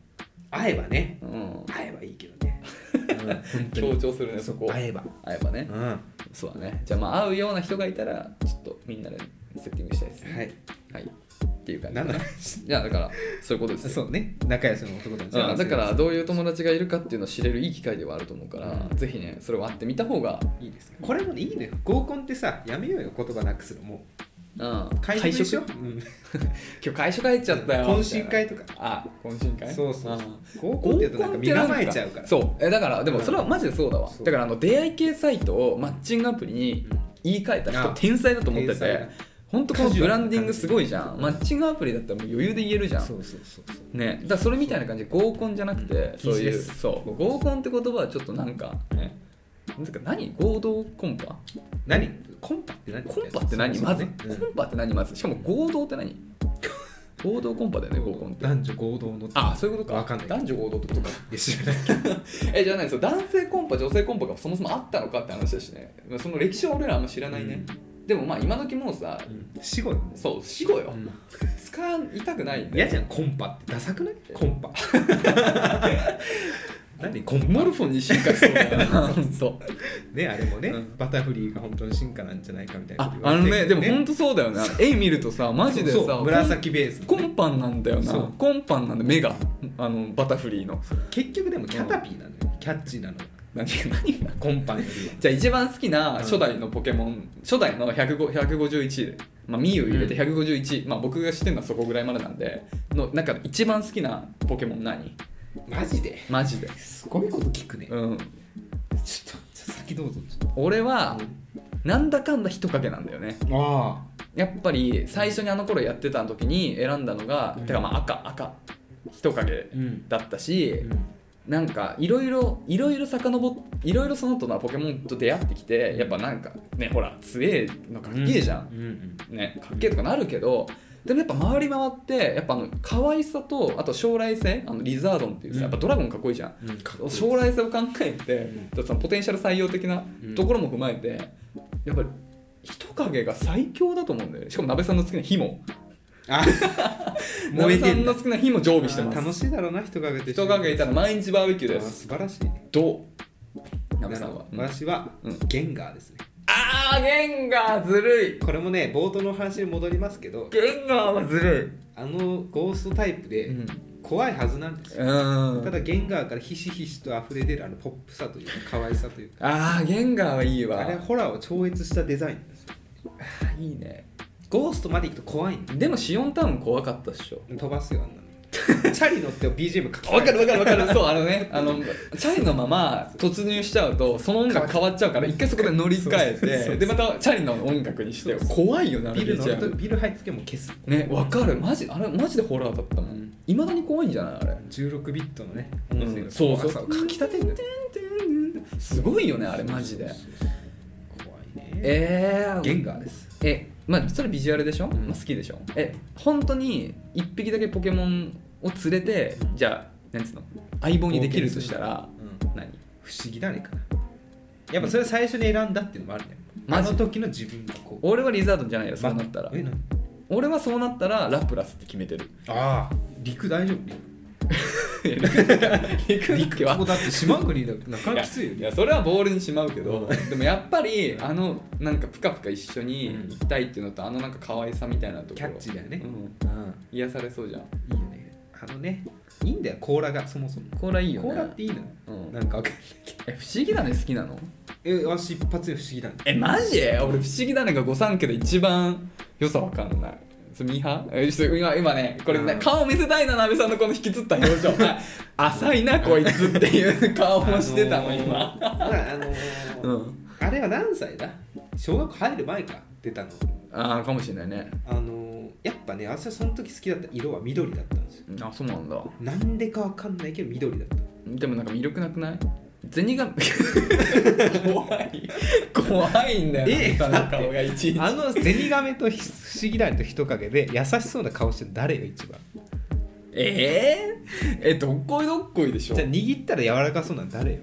S2: 会えばね
S1: うん
S2: 会えばいいけどね うん
S1: 強調するね
S2: そ
S1: そうこ
S2: 会えば
S1: あやっぱね
S2: うんは
S1: そうだねじゃあまあ会うような人がいたらちょっとみんなでセッティングしたいですね
S2: い
S1: はい、っていう感 じ
S2: なんだ
S1: いやだからそういうこと ですよ
S2: そうね仲良しの男たち
S1: うんだからどういう友達がいるかっていうのを知れるいい機会ではあると思うから、ぜひねそれを会ってみた方が
S2: いいですねこれもねいいね合コンってさやめようよ言葉なくすのも
S1: うん
S2: う会食でしょ
S1: 会
S2: うん
S1: 食今日会食入っちゃったよ
S2: 懇親会とか
S1: あ懇親会
S2: そうそう
S1: あ
S2: 合コンって言うとなんか身構えちゃうから
S1: そうえだからでもそれはマジでそうだわ、
S2: そう
S1: だからあの出会い系サイトをマッチングアプリに言い換えた人
S2: あ
S1: 天才だと思って
S2: 天才だ
S1: て本当このブランディングすごいじゃんマッチングアプリだったらもう余裕で言えるじゃん
S2: そうそうそうそう
S1: ね、だからそれみたいな感じで合コンじゃなくて
S2: 禁
S1: そう
S2: 止
S1: い
S2: で
S1: う
S2: す
S1: そう合コンって言葉はちょっとなんかねなんか何合同コンパ
S2: 何コンパって何
S1: コンパって何
S2: そも
S1: ま
S2: そも
S1: ず
S2: ねうん
S1: コンパって何まずしかも合同って 何合同コンパだよね合コンって
S2: 男女合同の
S1: ああそういうことか
S2: わかんない
S1: 男女合同ってことか
S2: いや知らない
S1: えじゃあ何そう男性コンパ女性コンパがそもそもあったのかって話だしねまあその歴史は俺らあんま知らないね、でもまあ今時もうさ
S2: 死後だね
S1: そう死後よ、
S2: うん
S1: 使いたくないん
S2: 嫌
S1: で
S2: じゃんコンパってダサくないコ ンパ何コンパ
S1: モルフォンに進化し そうだなほんと
S2: ねあれもね、
S1: うん
S2: バタフリーが本当の進化なんじゃないかみたいな
S1: あ
S2: こと言
S1: あ
S2: わ
S1: の
S2: れて
S1: ね
S2: る
S1: で
S2: けど
S1: も本当そうだよね絵見るとさマジで
S2: そ
S1: さ
S2: う紫ベース
S1: コンパンなんだよな
S2: そう
S1: コンパンなんで目があのバタフリーの
S2: 結局でもキャタピーなのよ、キャッチーなのよ
S1: 何何が
S2: コンパよりは
S1: じゃあ一番好きな初代のポケモン、初代の105 151で、まあ、ミユ入れて151、まあ、僕が知ってるのはそこぐらいまでなんでの中で一番好きなポケモン何
S2: マジで
S1: マジです
S2: ごいこと聞くね、
S1: うん
S2: ちょっとちょっと先どうぞ
S1: 俺は
S2: う
S1: なんだかんだ人影なんだよね
S2: あ
S1: やっぱり最初にあの頃やってた時に選んだのが、
S2: うん
S1: てかまあ赤赤人影
S2: うん
S1: だったし、
S2: うん
S1: なんかいろいろいろいろ遡っいろいろその後なポケモンと出会ってきてやっぱなんかねほら強えのかっけえじゃん、
S2: うんうん
S1: ねかっけえとかなるけどでもやっぱ回り回ってやっぱあの可愛さとあと将来性あのリザードンっていうさ、
S2: うん
S1: やっぱドラゴンかっこいいじゃん
S2: うんかっこいい
S1: 将来性を考えて、
S2: うん
S1: だからそのポテンシャル採用的な
S2: うん
S1: ところも踏まえて、やっぱり人影が最強だと思うんだよねしかも鍋さんの好きな火も
S2: あ燃
S1: 鍋
S2: え
S1: さ
S2: て
S1: ん
S2: んだ
S1: の好きな火も常備してま
S2: あー楽
S1: す
S2: しいだろうな人影で
S1: 人影いたら毎日バーベキューで
S2: あー
S1: す
S2: 素晴らしいね
S1: どう鍋さんは、うん
S2: 私は、
S1: うん
S2: ゲンガーですね
S1: あーゲンガーずるい
S2: これもね冒頭の話に戻りますけど
S1: ゲンガーはずる
S2: あのゴーストタイプ
S1: い
S2: で
S1: ん
S2: 怖いはずなんですよ、
S1: うん
S2: ただゲンガーからひしひしと溢れ出るあのポップさというか可愛さというか
S1: あーゲンガーはいいわ
S2: あれはホラーを超越したデザインですよ
S1: いいね
S2: ゴーストまで行くと怖いんだ
S1: でもシオンタウン怖かったっしょ
S2: 飛ばすよあんな のチャリ乗って BGM かけ
S1: わかるわかるわかる そうあのねあのチャリのまま突入しちゃうとその音楽変わっちゃうから一回そこで乗り換
S2: そうそう
S1: え
S2: そ
S1: て
S2: う
S1: でまたチャリの音楽にして
S2: そうそ
S1: 怖いよなあれ
S2: ビル乗る
S1: BGM
S2: とビル入ってきても消す
S1: ねわかるマジあれマジでホラーだったもんいまだに怖いんじゃないあれ
S2: 16ビットのね
S1: う
S2: 音
S1: ん
S2: 声の
S1: そうそう
S2: 怖さをかきたてるんだよ
S1: すごいよねあれマジで
S2: そうそうそう怖いね
S1: えー、
S2: ゲンガーです
S1: えまあそれビジュアルでしょ、
S2: ん
S1: まあ、好きでしょえ本当に1匹だけポケモンを連れてじゃあなんつうの相棒にできるとしたら
S2: うん
S1: 何
S2: 不思議だねかなやっぱそれ最初に選んだっていうのもあるね
S1: マ
S2: あ
S1: ジ
S2: の時の自分がこう
S1: 俺はリザードンじゃないよそうなったら
S2: まえな
S1: 俺はそうなったらラプラスって決めてる
S2: ああ陸大丈夫陸
S1: 陸
S2: 陸
S1: は
S2: ここだって島国 だなか
S1: い
S2: な
S1: や
S2: かきついよ
S1: い
S2: ね
S1: やそれはボールにしまうけど
S2: う
S1: でもやっぱりあのなんかプカプカ一緒に
S2: うん
S1: 行きたいっていうのとあのなんか可愛さみたいなところ
S2: キャッチーだよね
S1: うん
S2: うん
S1: 癒されそうじゃん
S2: いいよねあのねいいんだよ甲羅がそもそも
S1: コーラいいよね
S2: 甲羅っていいのよ
S1: うん
S2: なんかわかんないけど
S1: え不思議だね好きなの
S2: えわし一発で不思議だ ね
S1: えマジ俺不思議だねが御三家で一番良さわかんないそれミーハーえちょっと今今ねこれね、
S2: うん
S1: 顔見せたいな鍋さんのこの引きつった表情はい浅いなこいつっていう 顔もしてたの今、
S2: あのーあのー
S1: うん
S2: あれは何歳だ小学校入る前か出たの
S1: ああかもしれないね
S2: あのーやっぱね私はその時好きだった色は緑だったんですよ
S1: あそうなんだ
S2: なんでかわかんないけど緑だった
S1: でもなんか魅力なくない銭が怖い怖いんだよ
S2: え
S1: その顔がいちいち
S2: あのゼニガメとひ不思議団と人影で優しそうな顔してる誰が一番
S1: えー、えどっこいどっこいでしょ
S2: じゃあ握ったら柔らかそうなの誰よ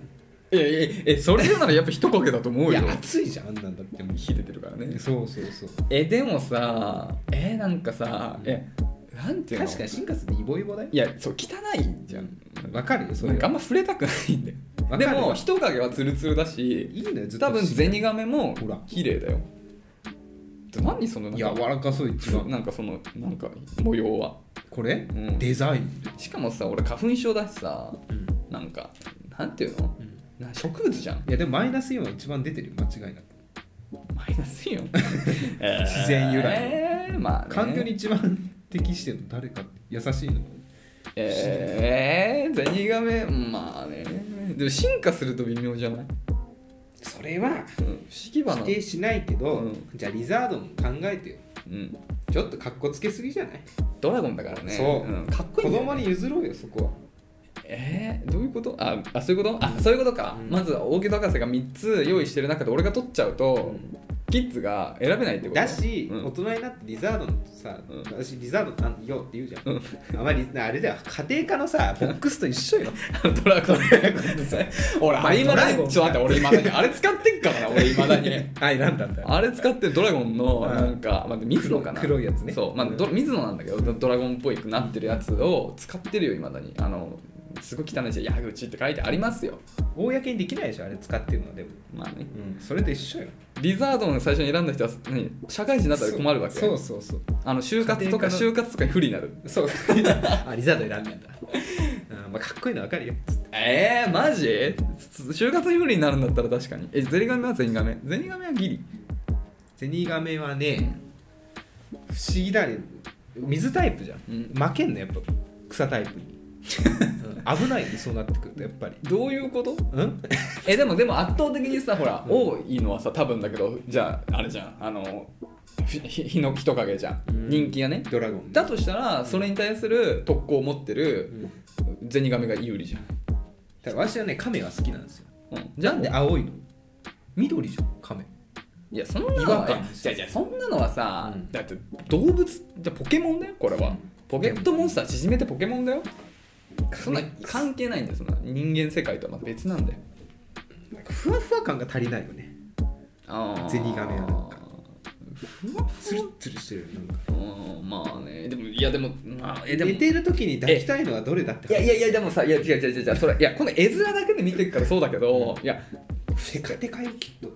S1: えええそれ言うならやっぱ一かけだと思う
S2: い
S1: よ
S2: や熱いじゃんあんなんだってもう
S1: 火出てるからね
S2: そうそうそう
S1: えでもさえなんかさえなんていうの
S2: 確かに進化するイボイボだよ
S1: いやそう汚いじゃん
S2: わかるよそ
S1: な
S2: れ
S1: んかあん
S2: は
S1: ま触れたくないんだよ
S2: わ
S1: で
S2: かる
S1: も人影はツルツルだし
S2: いいのよずっと
S1: 多分ゼニガメも
S2: ほら
S1: 綺麗だよ何そのなん
S2: 柔
S1: から
S2: かそう一
S1: ふ
S2: 番
S1: なんかそのなんか模様は
S2: これ、
S1: うん
S2: デザイン、
S1: しかもさ俺花粉症だしさ
S2: うん
S1: なんかなんていうのな植物じゃん
S2: いやでもマイナスイオンは一番出てるよ間違いなく
S1: マイナスイオン
S2: 自然由来
S1: えー、まあ、ね、
S2: 環境に一番適してるの誰か優しいの
S1: えー、ゼニガメまあねでも進化すると微妙じゃない、
S2: それは
S1: うん、不思議花
S2: 否定しないけど、
S1: うん
S2: じゃあリザードも考えてよ
S1: うん、
S2: ちょっとかっこつけすぎじゃない
S1: ドラゴンだからね、
S2: そうん
S1: かっこい
S2: 子
S1: いんだよ
S2: 供に譲ろうよそこは
S1: えー、どういうことああそういうことあそういうことか、
S2: うん
S1: まず大木戸博士が3つ用意してる中で俺が取っちゃうと、キッズが選べないってこと
S2: だし、
S1: うん
S2: 大人になってリザードンさ、
S1: うん
S2: 私リザードンよって言うじゃん、あまりあれだよ家庭科のさボックスと一緒よ
S1: ド ラゴン俺
S2: まあ
S1: あれいま
S2: ド
S1: だ
S2: ラゴン
S1: にちょっと待って俺いまだにあれ使ってっからな俺いまだに
S2: はいなんだった
S1: あれ使ってるドラゴン
S2: う
S1: の
S2: ん
S1: なんか、まあ、水野かな
S2: 黒黒いやつね
S1: そう、まあ、ど水野なんだけどドラゴンっぽくなってるやつを使ってるよいまだにあのすごい汚いじゃん矢口って書いてありますよ
S2: 公にできないでしょあれ使ってるのでも、
S1: まあね
S2: うん、それと一緒よ
S1: リザードン最初に選んだ人は何社会人になったら困るわけ
S2: そうそうそう
S1: あの就活とか
S2: 家庭科の
S1: 就活とかに不利になる
S2: そう あリザードン選んでんだあーまあかっこいいのわかるよ
S1: えー、マジ就活に不利になるんだったら確かにえゼリガメはゼニガメゼニガメはギリ
S2: ゼニガメはね不思議だね水タイプじゃん、
S1: うん
S2: 負けんのやっぱ草タイ プにうん危ないねそうなってくるとやっぱり
S1: どういうこと
S2: うん
S1: えでもでも圧倒的にさほら、
S2: うん
S1: 多いのはさ多分だけどじゃああれじゃんあのひひひのきとかげじゃん、
S2: うん
S1: 人気がね
S2: ドラゴン
S1: だとしたらそれに対する特攻を持って
S2: う
S1: る
S2: ん
S1: ゼニガメが有利じゃん、
S2: ただ私はね亀は好きなんですよ
S1: うん、じゃあ
S2: なん
S1: ね
S2: で青いの緑じゃん亀
S1: いやそんな
S2: 違
S1: の
S2: 和
S1: は
S2: 感
S1: いやいやそんなのはさ、
S2: うん
S1: だって動物じゃポケモンだよこれは、
S2: うん
S1: ポケットモンスター縮めてポケモンだよそんな
S2: 亀
S1: 関係ないんだよそんな人間世界とはまた別なんだよ
S2: なんかふわふわ感が足りないよねゼニガメはなんか
S1: ふわ
S2: ツ
S1: ふ
S2: ルッ
S1: わ
S2: ツルしてるよなんか
S1: うんまあねでもいやでも,、まあ、えでも
S2: 寝
S1: い
S2: てる時に抱きたいのはどれだって
S1: やいやいやでもさいや違う違う違う違うそれいやこの絵面だけで見てるからそうだけど、いや
S2: テカテカよきっと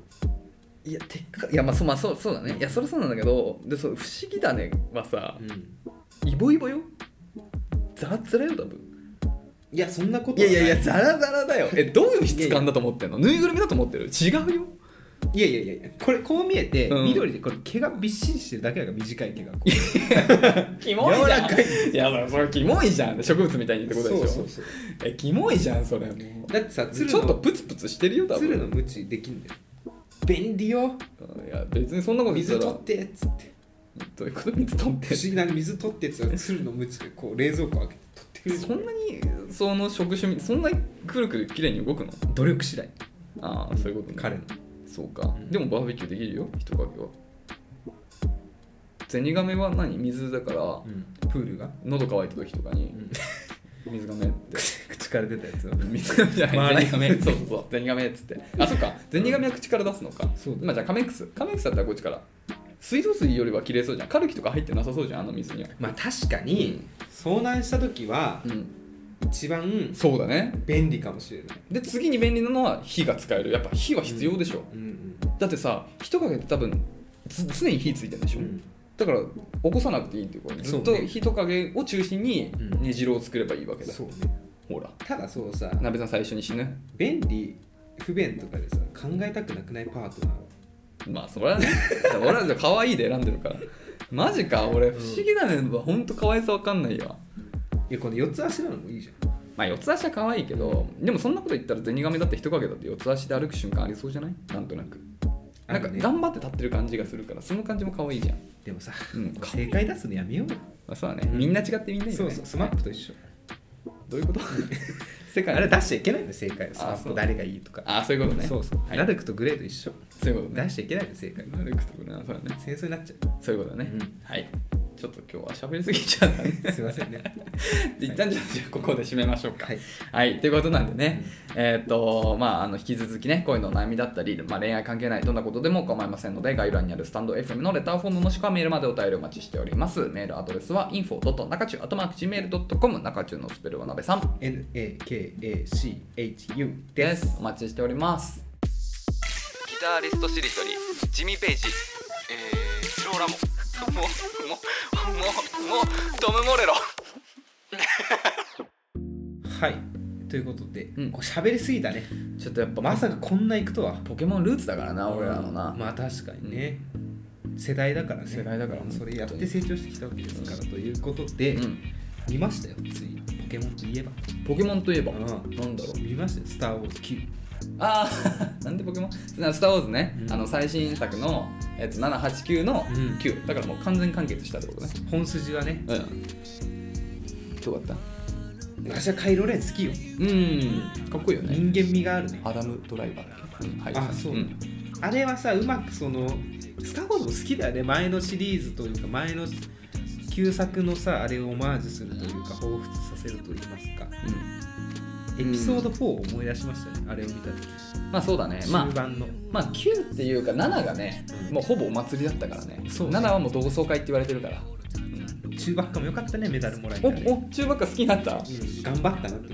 S1: いやてっかいやまあそうまあそうそうだねいやそれそうなんだけどでそう不思議だねはさ
S2: うん
S1: イボイボよザラザラよ多分
S2: いやそんなこと
S1: い
S2: は
S1: や
S2: ない
S1: やいやザラザラだよえどういう質感だと思ってんのぬいぐるみだと思ってる違うよ
S2: いやいやいやこれこう見えて、
S1: うん
S2: 緑でこれ毛がびっしりしてるだけだから短い毛がこう
S1: キ
S2: モいじゃん
S1: いやそれキモいじゃん植物みたいにってことでし
S2: そ
S1: ょ
S2: うそうそう
S1: えキモいじゃんそれもう
S2: だってさ鶴
S1: ちょっと
S2: の
S1: プツプツしてるよ多分
S2: 鶴のムチできんだよ便利よ
S1: いや別にそんなこと言
S2: 水
S1: った
S2: 取
S1: ら
S2: ってっつって
S1: どういうこと水取っ
S2: 不
S1: て
S2: 思議な水取ってっつって鶴のムチでこう冷蔵庫開けて取ってくれる
S1: そんなにその職種みそんなにくるくる綺麗に動くの
S2: 努力次第
S1: ああそういうことね
S2: 彼の
S1: そうか、でもバーベキューできるよ人影はゼニガメは何水だから、
S2: プールが
S1: 喉乾いた時とかに、 水がめって
S2: 口から出たやつを
S1: 水がめじゃな
S2: 回らないい
S1: ゼニガメそうそうそうゼニガメっつってあそっかゼニガメは口から出すのか
S2: そうだ
S1: まあじゃあカメックスカメックスだったらこっちから水道水よりは綺麗そうじゃんカルキとか入ってなさそうじゃんあの水には
S2: まあ確かに遭難した時は
S1: うん
S2: 一番
S1: そうだね
S2: 便利かもしれない
S1: で次に便利なのは火が使えるやっぱ火は必要でしょ、
S2: うん
S1: だってさ人影って多分つ常に火ついてるでし
S2: う
S1: ょ、
S2: ん
S1: だから起こさなくていいっていうことずっと
S2: そうね
S1: 人影を中心に
S2: うん
S1: 煮汁を作ればいいわけだ、
S2: そうね
S1: ほら
S2: ただそうさ
S1: 鍋さん最初に死ぬ
S2: 便利不便とかでさ考えたくなくないパートナー
S1: まあそれはね俺らじゃ可愛いで選んでるからマジか俺不思議だね、ほんと可愛さわかんないよ
S2: いやこの四つ足なのもいいじゃん
S1: まあ四つ足は可愛いけどでもそんなこと言ったらゼニガメだって人影だって四つ足で歩く瞬間ありそうじゃないなんとなくなんか
S2: あのね
S1: 頑張って立ってる感じがするからその感じも可愛いじゃん、
S2: でもさ、
S1: うん
S2: 正解出すのやめようよ
S1: まあ、そうだねみんな違ってみんないい
S2: そ
S1: よね
S2: うそうスマップと一緒
S1: どういうこと 世界
S2: あれ出しちゃいけないの正解をスマ
S1: あ
S2: ッ
S1: そ
S2: プ
S1: う
S2: 誰がいいとか
S1: あそういうことね
S2: そうそう、
S1: はい
S2: ラルクとグレーと一緒
S1: そういうことね
S2: 出しちゃいけないの正解
S1: 歩くとこねそうだね
S2: 戦争になっちゃ
S1: そういうことね、
S2: うん
S1: はいちょっと今日は喋りすぎちゃったね
S2: うすいません ね
S1: 一旦じゃあじゃあここで締めましょうか
S2: はい、
S1: はい、ということなんでね、えーっとまあ、あの引き続きね、恋の悩みだったり、まあ、恋愛関係ないどんなことでも構いませんので、概要欄にあるスタンド FM のレターフォームもしくはメールまでお便りお待ちしております。メールアドレスは info.nakachu.gmail.com、中中のスペルはなべさん
S2: NAKACHU
S1: で
S2: ですす。
S1: お待ちしております。ギタリストしりとり、ジミー・ペイジ、えー、スローラモ、もう、もう、もう、もう、トム・モレロ。
S2: はいということで、
S1: うん
S2: こう喋りすぎたね
S1: ちょっとやっぱ、
S2: ま
S1: まさ
S2: さかこんな行くとは
S1: ポケモンルーツだからな、俺らのな。
S2: まあ確かにね、世代だからね
S1: 世代だから
S2: それやって成長してきたわけですからということで、
S1: うん
S2: 見ましたよついポケモンといえば
S1: ポケモンといえば、
S2: うん
S1: なんだろう
S2: 見ましたよ「スター・ウォーズ9」
S1: ああなんでポケモンスター・ウ ォーズね、
S2: うん
S1: あの最新作の、えっと、789の
S2: うん
S1: 9、だからもう完全完結したってことね
S2: 本筋はね
S1: うんどうだっ
S2: 私はカイロレン好きよ
S1: うんかっこいいよね
S2: 人間味があるね
S1: アダム・ドライバーだっけ、うんはい
S2: あそうんあれはさうまくそのスター・ウォーズも好きだよね前のシリーズというか前の旧作のさあれをオマージュするというか彷彿させると言いますかエピソード4を思い出しましたね、あれを見た時
S1: うんまあそうだねまあ
S2: 終盤の、
S1: まあ9っていうか7がねもうほぼお祭りだったからね
S2: そう
S1: 7はもう同窓会って言われてるから、
S2: 中ばっかもよかったねメダルもらえ
S1: お
S2: たね
S1: お中ばっか好きになった
S2: うん頑張ったなって思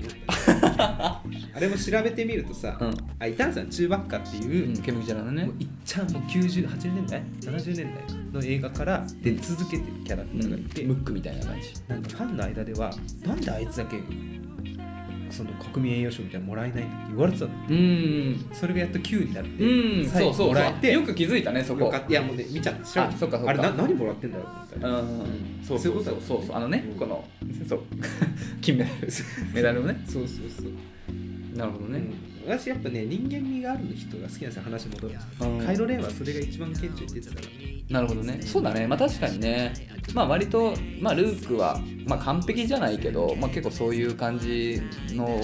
S2: ったあれも調べてみるとさ、
S1: うん
S2: あいたんじゃん中ばっかっていう、
S1: うん煙じゃないね
S2: もういっちゃんもう98年代70年代の映画から出続けてるキャラクターがいて、
S1: ムックみたいな感じ
S2: なんかファンの間ではなんであいつだけその国民栄誉賞みたいなのもらえないって言われてたの
S1: うん
S2: それがやっと9になって、
S1: うん
S2: 最
S1: そ
S2: 後
S1: うそう
S2: もらえ
S1: そう
S2: て
S1: よく気づいたねそ
S2: よ
S1: こ
S2: かったいやもうね見ちゃって知らん
S1: あそっかそっか
S2: あれな何もらってんだろうと思ったら
S1: うんそうそうそうそうそうあのね
S2: うん
S1: このそう 金メダルメダルをね
S2: そうそうそう、
S1: なるほど
S2: ね
S1: ね、
S2: 私やっぱね人間味がある人が好きなんですよ話戻るんですけ
S1: うん
S2: どカイロレンはそれが一番顕著に出てたから
S1: なるほどねそうだねまあ確かにねまあ割と、まあ、ルークは、まあ、完璧じゃないけど、まあ、結構そういう感じの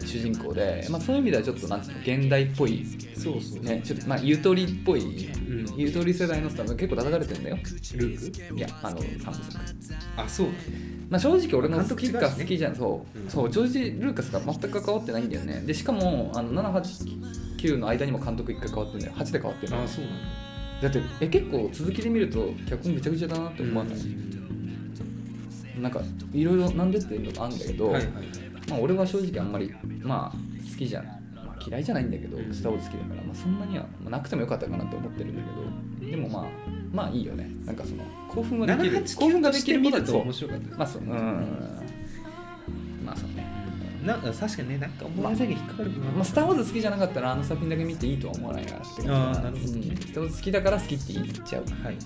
S1: 主人公で、まあ、そういう意味ではちょっとなんつうの現代っぽい、
S2: そうそう
S1: ね、ちょっとまあゆとりっぽい
S2: うん
S1: ゆとり世代のスター結構叩かれてんだよ
S2: ルーク
S1: いやあのサムさん
S2: あそう
S1: まあ、正直俺の
S2: 監
S1: 好
S2: 督
S1: き
S2: 違うしね
S1: か好きじゃん、そう,、
S2: うん
S1: そうジョージ・ルーカスが全く関わってないんだよねでしかもあの789の間にも監督1回変わってんだよ8で変わってんだよ
S2: あそうなんだ
S1: だってえ結構続きで見ると脚本ぐちゃぐちゃだなって思わない、なんかいろいろなんでっていうのがあるんだけど、
S2: はいはい
S1: まあ、俺は正直あんまり、まあ、好きじゃん、まあ、嫌いじゃないんだけど
S2: うん
S1: スター・ウォーズ好きだから、まあ、そんなには、まあなくてもよかったかなって思ってるんだけどでもまあまあいいよねなんかその興奮ができる興奮
S2: 789
S1: が
S2: と
S1: で
S2: し
S1: き
S2: て
S1: るこ
S2: 見
S1: と
S2: る
S1: は
S2: と
S1: そう
S2: 面白かったです
S1: まあそううんまあそうね
S2: なんか確かにね、なんか思い出だけ引っかかる部分
S1: まあ、スター・ウォーズ好きじゃなかったらあの作品だけ見ていいとは思わないなって感じだ
S2: あーなるほど
S1: うんスター・ウォーズ好きだから好きって言っちゃう
S2: はいはいはい。っ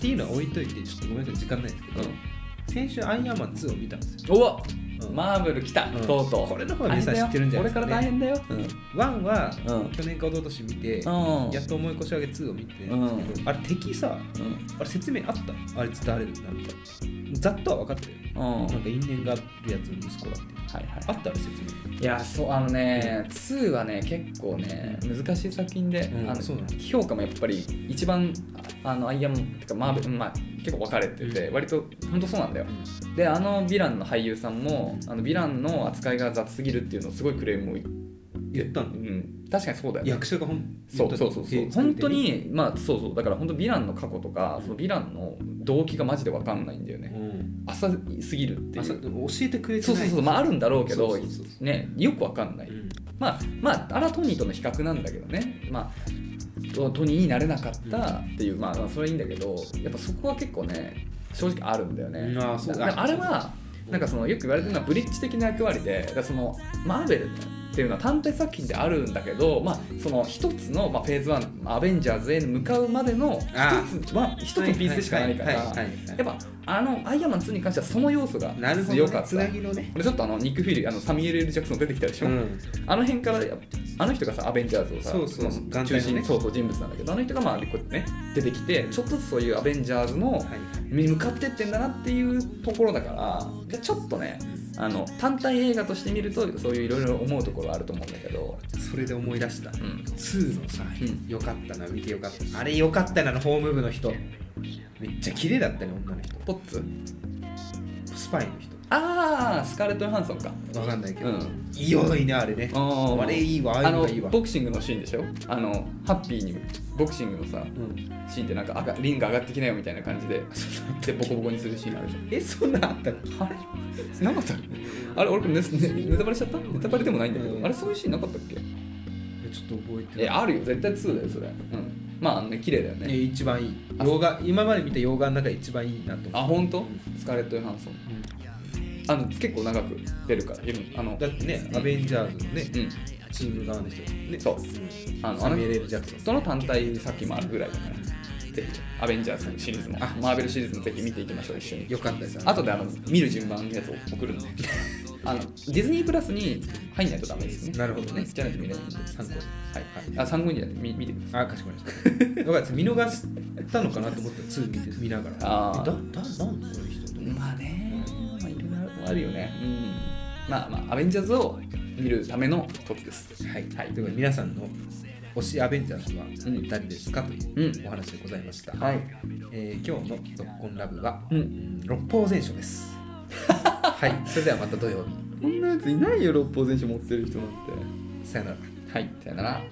S2: ていうのは置いといて、ちょっとごめんなさい、時間ないんですけど、先週アイアンマン2を見たんですよ。
S1: おわ、
S2: うん
S1: マーブル来た、
S2: うん
S1: とうとう
S2: これの方が皆さん知ってるんじゃないですかね
S1: これから大変だよ
S2: 1は
S1: うん
S2: 去年か一昨年見て、
S1: うん
S2: やっと思い越し上げ2を見てなんですけど、あれ敵さ、
S1: う
S2: あれ説明あったあいつ誰なんか。ざっとは分かってる。
S1: んうん、
S2: な
S1: は
S2: んか因縁があるやつの息子だって。
S1: いはい
S2: あったあれ説明。
S1: いやそうあのね2はね結構ね難しい作品で、
S2: うん
S1: あの
S2: そうなの
S1: 評価もやっぱり一番ああのアイアンってかマーベル、まあ、結構分かれてて、
S2: う
S1: 割と本当そうなんだよであのヴィランの俳優さんもあのヴィランの扱いが雑すぎるっていうのをすごいクレームを言って
S2: 言った
S1: う
S2: の
S1: ん、確かにそうだよね
S2: 役者がほん
S1: そうそうそうそう本当。にまあそうそうだから本当ヴィランの過去とかそのヴィランの動機がマジで分かんないんだよね
S2: うん
S1: 浅すぎるってい
S2: あ
S1: う
S2: さ
S1: そ
S2: 教えてくれて
S1: う
S2: な
S1: そう
S2: い。
S1: そうまああるんだろうけど
S2: そうそうそうそ
S1: ねよく分かんない、
S2: うん
S1: まあまあアラトニーとの比較なんだけどねまあトトニーになれなかったっていう、まあまあそれはいいんだけどやっぱそこは結構ね正直あるんだよね、
S2: うんあーそう
S1: だだからあ
S2: あ
S1: れはなんかそのよく言われてるのはブリッジ的な役割でだからそのマーベルっていうのは単体作品であるんだけど、まあ、その一つの、まあ、フェーズ1アベンジャーズへ向かうまでの
S2: あ
S1: 一つは一つのピースしかないから
S2: はは
S1: や
S2: はいはい
S1: っぱあの「アイアンマン2」に関してはその要素が
S2: なるほ
S1: 強
S2: ど、
S1: か
S2: ね、
S1: っ
S2: つ
S1: た
S2: な。ぎのね。
S1: 俺ちょっとあのニック・フィーリーあのサミュエル・ L ジャクソン出てきたでしょ、
S2: ん、
S1: あの辺からやあの人がさアベンジャーズをさ
S2: そうそうそう
S1: の中心にそうそう人物なんだけどあの人がまあこうやってね出てきてちょっとずつそういうアベンジャーズの
S2: い。
S1: に向かってってんだなっていうところだからでちょっとねあの単体映画として見るとそういういろいろ思うところはあると思うんだけど、
S2: それで思い出した。
S1: うん、
S2: 2のさ、
S1: うん
S2: よかったな、見てよかった。あれよかったな、あのホーム部の人。めっちゃ綺麗だったね、女の人。
S1: ポッツ
S2: スパイの人。
S1: ああスカーレット・ヨハンソンか
S2: わかんないけど。
S1: うん
S2: いいよいいね、あれね。
S1: あー
S2: あれいいわ、ああい
S1: あ
S2: うの
S1: の
S2: がいいわ。
S1: ボクシングのシーンでしょあのハッピーにボクシングの
S2: う
S1: さ
S2: ん、
S1: シーンってなんか赤リング上がってきなよみたいな感じででボコボコにするシーンあるじゃん
S2: え、そんなんあったっけ
S1: あれなかったあれ俺これネスネネタバレしちゃったネタバレでもないんだけど、
S2: うん
S1: あれそういうシーンなかったっけ
S2: ちょっと覚えて
S1: え
S2: ない。
S1: あるよ絶対2だよそれうんまああのね綺麗だよね
S2: え一番いい
S1: あ
S2: 洋画今まで見た洋画の中で一番いいなと
S1: あ
S2: 思
S1: 本当
S2: ん？
S1: スカーレット・ヨハンソン
S2: う、うん
S1: あの結構長く出るからうんあの
S2: だってね、アベンジャーズのね、
S1: うん
S2: チーム側の人ね
S1: そうあ
S2: あ
S1: の
S2: サミュエル L ジャクソン
S1: その単体作品もあるぐらいだからぜひアベンジャーズシリーズも
S2: あ
S1: マーベルシリーズもぜひ見ていきましょう一緒に
S2: よかったです
S1: 後であの見る順番のやつを送 るのあのディズニープラスに入んないとダメですね
S2: なるほどね
S1: じゃないと見れないんで
S2: 参考に
S1: はいあ参考にじゃない見見てください
S2: あかしこまりましたよかったです見逃したのかなと思ったら2見て見ながら
S1: あー
S2: えだだなんこの人と
S1: まあね、まあ、いろいろああるよねうんまあまあアベンジャーズを見るための一つです
S2: はい、
S1: はい
S2: ということで皆さんの推しアベンジャーズは
S1: ん
S2: 誰ですかと
S1: う
S2: い
S1: ん
S2: うお話でございました、
S1: はい
S2: えー今日の「ぞっこんラブ」は、
S1: う
S2: うんん、六方全書です はいそれではまた土曜日
S1: こんなやついないよ六方全書持ってる人なんて
S2: さよなら
S1: はいさよなら